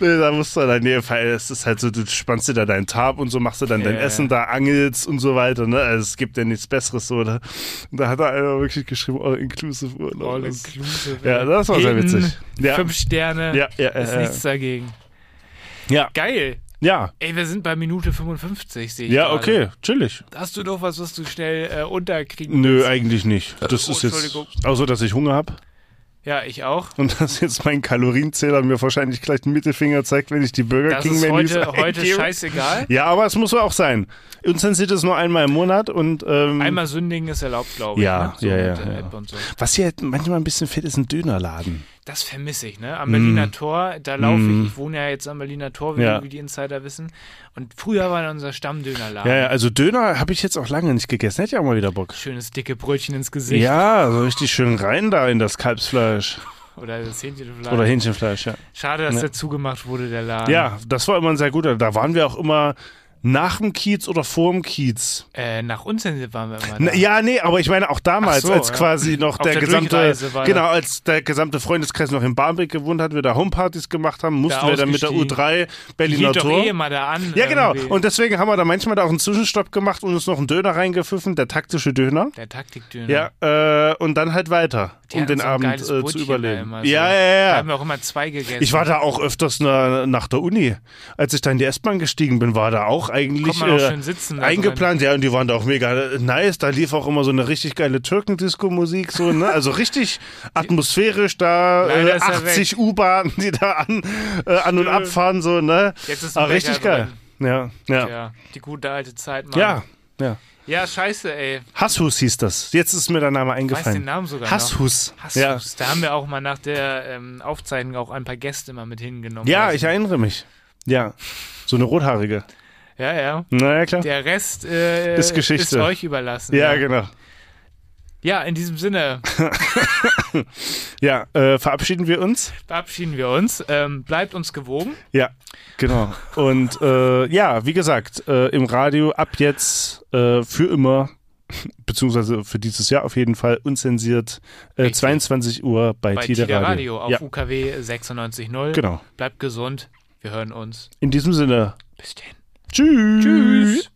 [SPEAKER 3] Nee, da musst du dann, nee, weil es ist halt so, du spannst dir da deinen Tarp und so, machst du dann dein
[SPEAKER 2] Ja.
[SPEAKER 3] Essen da, angelst und so weiter, ne? Also es gibt ja nichts Besseres, so, ne? Und da hat da einer wirklich geschrieben, all-inclusive Urlaub. Also
[SPEAKER 2] All
[SPEAKER 3] Das-
[SPEAKER 2] inclusive.
[SPEAKER 3] Ja, das war sehr
[SPEAKER 2] Jeden,
[SPEAKER 3] witzig. Ja.
[SPEAKER 2] Fünf Sterne.
[SPEAKER 3] Ja, ja,
[SPEAKER 2] ist
[SPEAKER 3] ja,
[SPEAKER 2] nichts dagegen.
[SPEAKER 3] Ja.
[SPEAKER 2] Geil.
[SPEAKER 3] ja.
[SPEAKER 2] Ey, wir sind bei Minute 55, sehe ich.
[SPEAKER 3] Ja,
[SPEAKER 2] gerade.
[SPEAKER 3] okay, chillig.
[SPEAKER 2] Hast du noch was, was du schnell äh, unterkriegen
[SPEAKER 3] Nö,
[SPEAKER 2] willst?
[SPEAKER 3] eigentlich nicht. Das
[SPEAKER 2] Oh,
[SPEAKER 3] ist jetzt,
[SPEAKER 2] Entschuldigung.
[SPEAKER 3] außer dass ich Hunger habe
[SPEAKER 2] Ja, ich auch.
[SPEAKER 3] und dass jetzt mein Kalorienzähler mir wahrscheinlich gleich den Mittelfinger zeigt, wenn ich die Burger
[SPEAKER 2] Das
[SPEAKER 3] King
[SPEAKER 2] ist
[SPEAKER 3] Menüs
[SPEAKER 2] heute, heute
[SPEAKER 3] eingebe.
[SPEAKER 2] scheißegal.
[SPEAKER 3] Ja, aber es muss ja auch sein. Uns sensiert es nur einmal im Monat und ähm,
[SPEAKER 2] Einmal sündigen ist erlaubt, glaube ich.
[SPEAKER 3] Ja,
[SPEAKER 2] ne? so
[SPEAKER 3] ja,
[SPEAKER 2] mit
[SPEAKER 3] ja,
[SPEAKER 2] der
[SPEAKER 3] ja.
[SPEAKER 2] App Und so.
[SPEAKER 3] halt Was hier manchmal ein bisschen fehlt, ist ein Dönerladen.
[SPEAKER 2] das vermisse ich, ne? Am Berliner Tor, da laufe
[SPEAKER 3] Mm.
[SPEAKER 2] ich, ich wohne ja jetzt am Berliner Tor, wie,
[SPEAKER 3] Ja.
[SPEAKER 2] wie die Insider wissen. Und früher war da unser Stammdönerladen.
[SPEAKER 3] Ja, ja, also Döner habe ich jetzt auch lange nicht gegessen. Hätte ja auch mal wieder Bock.
[SPEAKER 2] Schönes dicke Brötchen ins Gesicht
[SPEAKER 3] Ja, so richtig schön rein da in das Kalbsfleisch
[SPEAKER 2] oder das Hähnchenfleisch.
[SPEAKER 3] oder Hähnchenfleisch, ja.
[SPEAKER 2] Schade, dass
[SPEAKER 3] Ja.
[SPEAKER 2] der zugemacht wurde, der Laden.
[SPEAKER 3] Ja, das war immer ein sehr guter. Da waren wir auch immer nach dem Kiez oder vor dem Kiez.
[SPEAKER 2] Äh, nach uns hin waren wir immer da.
[SPEAKER 3] Na, ja, nee, aber ich meine auch damals,
[SPEAKER 2] Ach so,
[SPEAKER 3] als
[SPEAKER 2] ja.
[SPEAKER 3] quasi
[SPEAKER 2] Auf
[SPEAKER 3] noch der,
[SPEAKER 2] der
[SPEAKER 3] gesamte,
[SPEAKER 2] Durchreise war das.
[SPEAKER 3] genau, als der gesamte Freundeskreis noch in Barmbek gewohnt hat, wir da Homepartys gemacht haben, mussten wir dann mit der
[SPEAKER 2] ausgestiegen.
[SPEAKER 3] U3
[SPEAKER 2] Die
[SPEAKER 3] Berliner
[SPEAKER 2] hielt doch
[SPEAKER 3] Tor.
[SPEAKER 2] eh immer da an.
[SPEAKER 3] ja, genau.
[SPEAKER 2] irgendwie.
[SPEAKER 3] Und deswegen haben wir da manchmal da auch einen Zwischenstopp gemacht und uns noch einen Döner reingepfiffen, der taktische Döner.
[SPEAKER 2] der Taktikdöner.
[SPEAKER 3] Ja, äh, und dann halt weiter,
[SPEAKER 2] Die
[SPEAKER 3] um
[SPEAKER 2] hatten
[SPEAKER 3] den
[SPEAKER 2] so ein
[SPEAKER 3] Abend
[SPEAKER 2] geiles
[SPEAKER 3] äh, zu
[SPEAKER 2] Brötchen da
[SPEAKER 3] überleben.
[SPEAKER 2] immer so.
[SPEAKER 3] Ja,
[SPEAKER 2] Da
[SPEAKER 3] ja,
[SPEAKER 2] haben
[SPEAKER 3] ja.
[SPEAKER 2] wir auch immer zwei gegessen.
[SPEAKER 3] Ich war da auch öfters na, nach der Uni. Als ich da in die S-Bahn gestiegen bin, war da auch eigentlich
[SPEAKER 2] Konnte man auch
[SPEAKER 3] äh,
[SPEAKER 2] schön sitzen also da
[SPEAKER 3] eingeplant. Ja, und die waren da auch mega äh, nice. Da lief auch immer so eine richtig geile Türkendisco-Musik. So, ne? Also richtig atmosphärisch da. Äh,
[SPEAKER 2] Leider ist er
[SPEAKER 3] 80 U-Bahnen, die da an, äh, an und
[SPEAKER 2] Stimmt.
[SPEAKER 3] abfahren. So, ne?
[SPEAKER 2] Jetzt ist ein
[SPEAKER 3] Aber richtig
[SPEAKER 2] Becher
[SPEAKER 3] geil. Ja, ja.
[SPEAKER 2] drin.
[SPEAKER 3] Ja,
[SPEAKER 2] Ja, die gute alte Zeit, Mann.
[SPEAKER 3] ja.
[SPEAKER 2] Ja, scheiße, ey.
[SPEAKER 3] Hasshus hieß das. Jetzt ist mir der Name
[SPEAKER 2] Weiß den
[SPEAKER 3] eingefallen.
[SPEAKER 2] Namen sogar noch.
[SPEAKER 3] Hasshus.
[SPEAKER 2] Hasshus.
[SPEAKER 3] Ja.
[SPEAKER 2] Da haben wir auch mal nach der ähm, Aufzeichnung auch ein paar Gäste mal mit hingenommen.
[SPEAKER 3] ja,
[SPEAKER 2] Also,
[SPEAKER 3] ich erinnere mich. Ja. So eine rothaarige.
[SPEAKER 2] Ja, ja.
[SPEAKER 3] Naja, klar.
[SPEAKER 2] Der Rest äh,
[SPEAKER 3] Ist Geschichte.
[SPEAKER 2] ist euch überlassen.
[SPEAKER 3] Ja, genau.
[SPEAKER 2] ja, in diesem Sinne
[SPEAKER 3] Ja, äh, verabschieden wir uns.
[SPEAKER 2] verabschieden wir uns. Ähm, bleibt uns gewogen.
[SPEAKER 3] Ja, genau. Und äh, ja, wie gesagt, äh, im Radio ab jetzt äh, für immer, beziehungsweise für dieses Jahr auf jeden Fall, unzensiert, äh,
[SPEAKER 2] Richtig.
[SPEAKER 3] 22 Uhr bei,
[SPEAKER 2] bei
[SPEAKER 3] Tide Radio.
[SPEAKER 2] auf
[SPEAKER 3] ja,
[SPEAKER 2] UKW 96.0.
[SPEAKER 3] genau.
[SPEAKER 2] Bleibt gesund. Wir hören uns.
[SPEAKER 3] In diesem Sinne,
[SPEAKER 2] Bis denn.
[SPEAKER 3] tschüss.
[SPEAKER 2] Tschüss.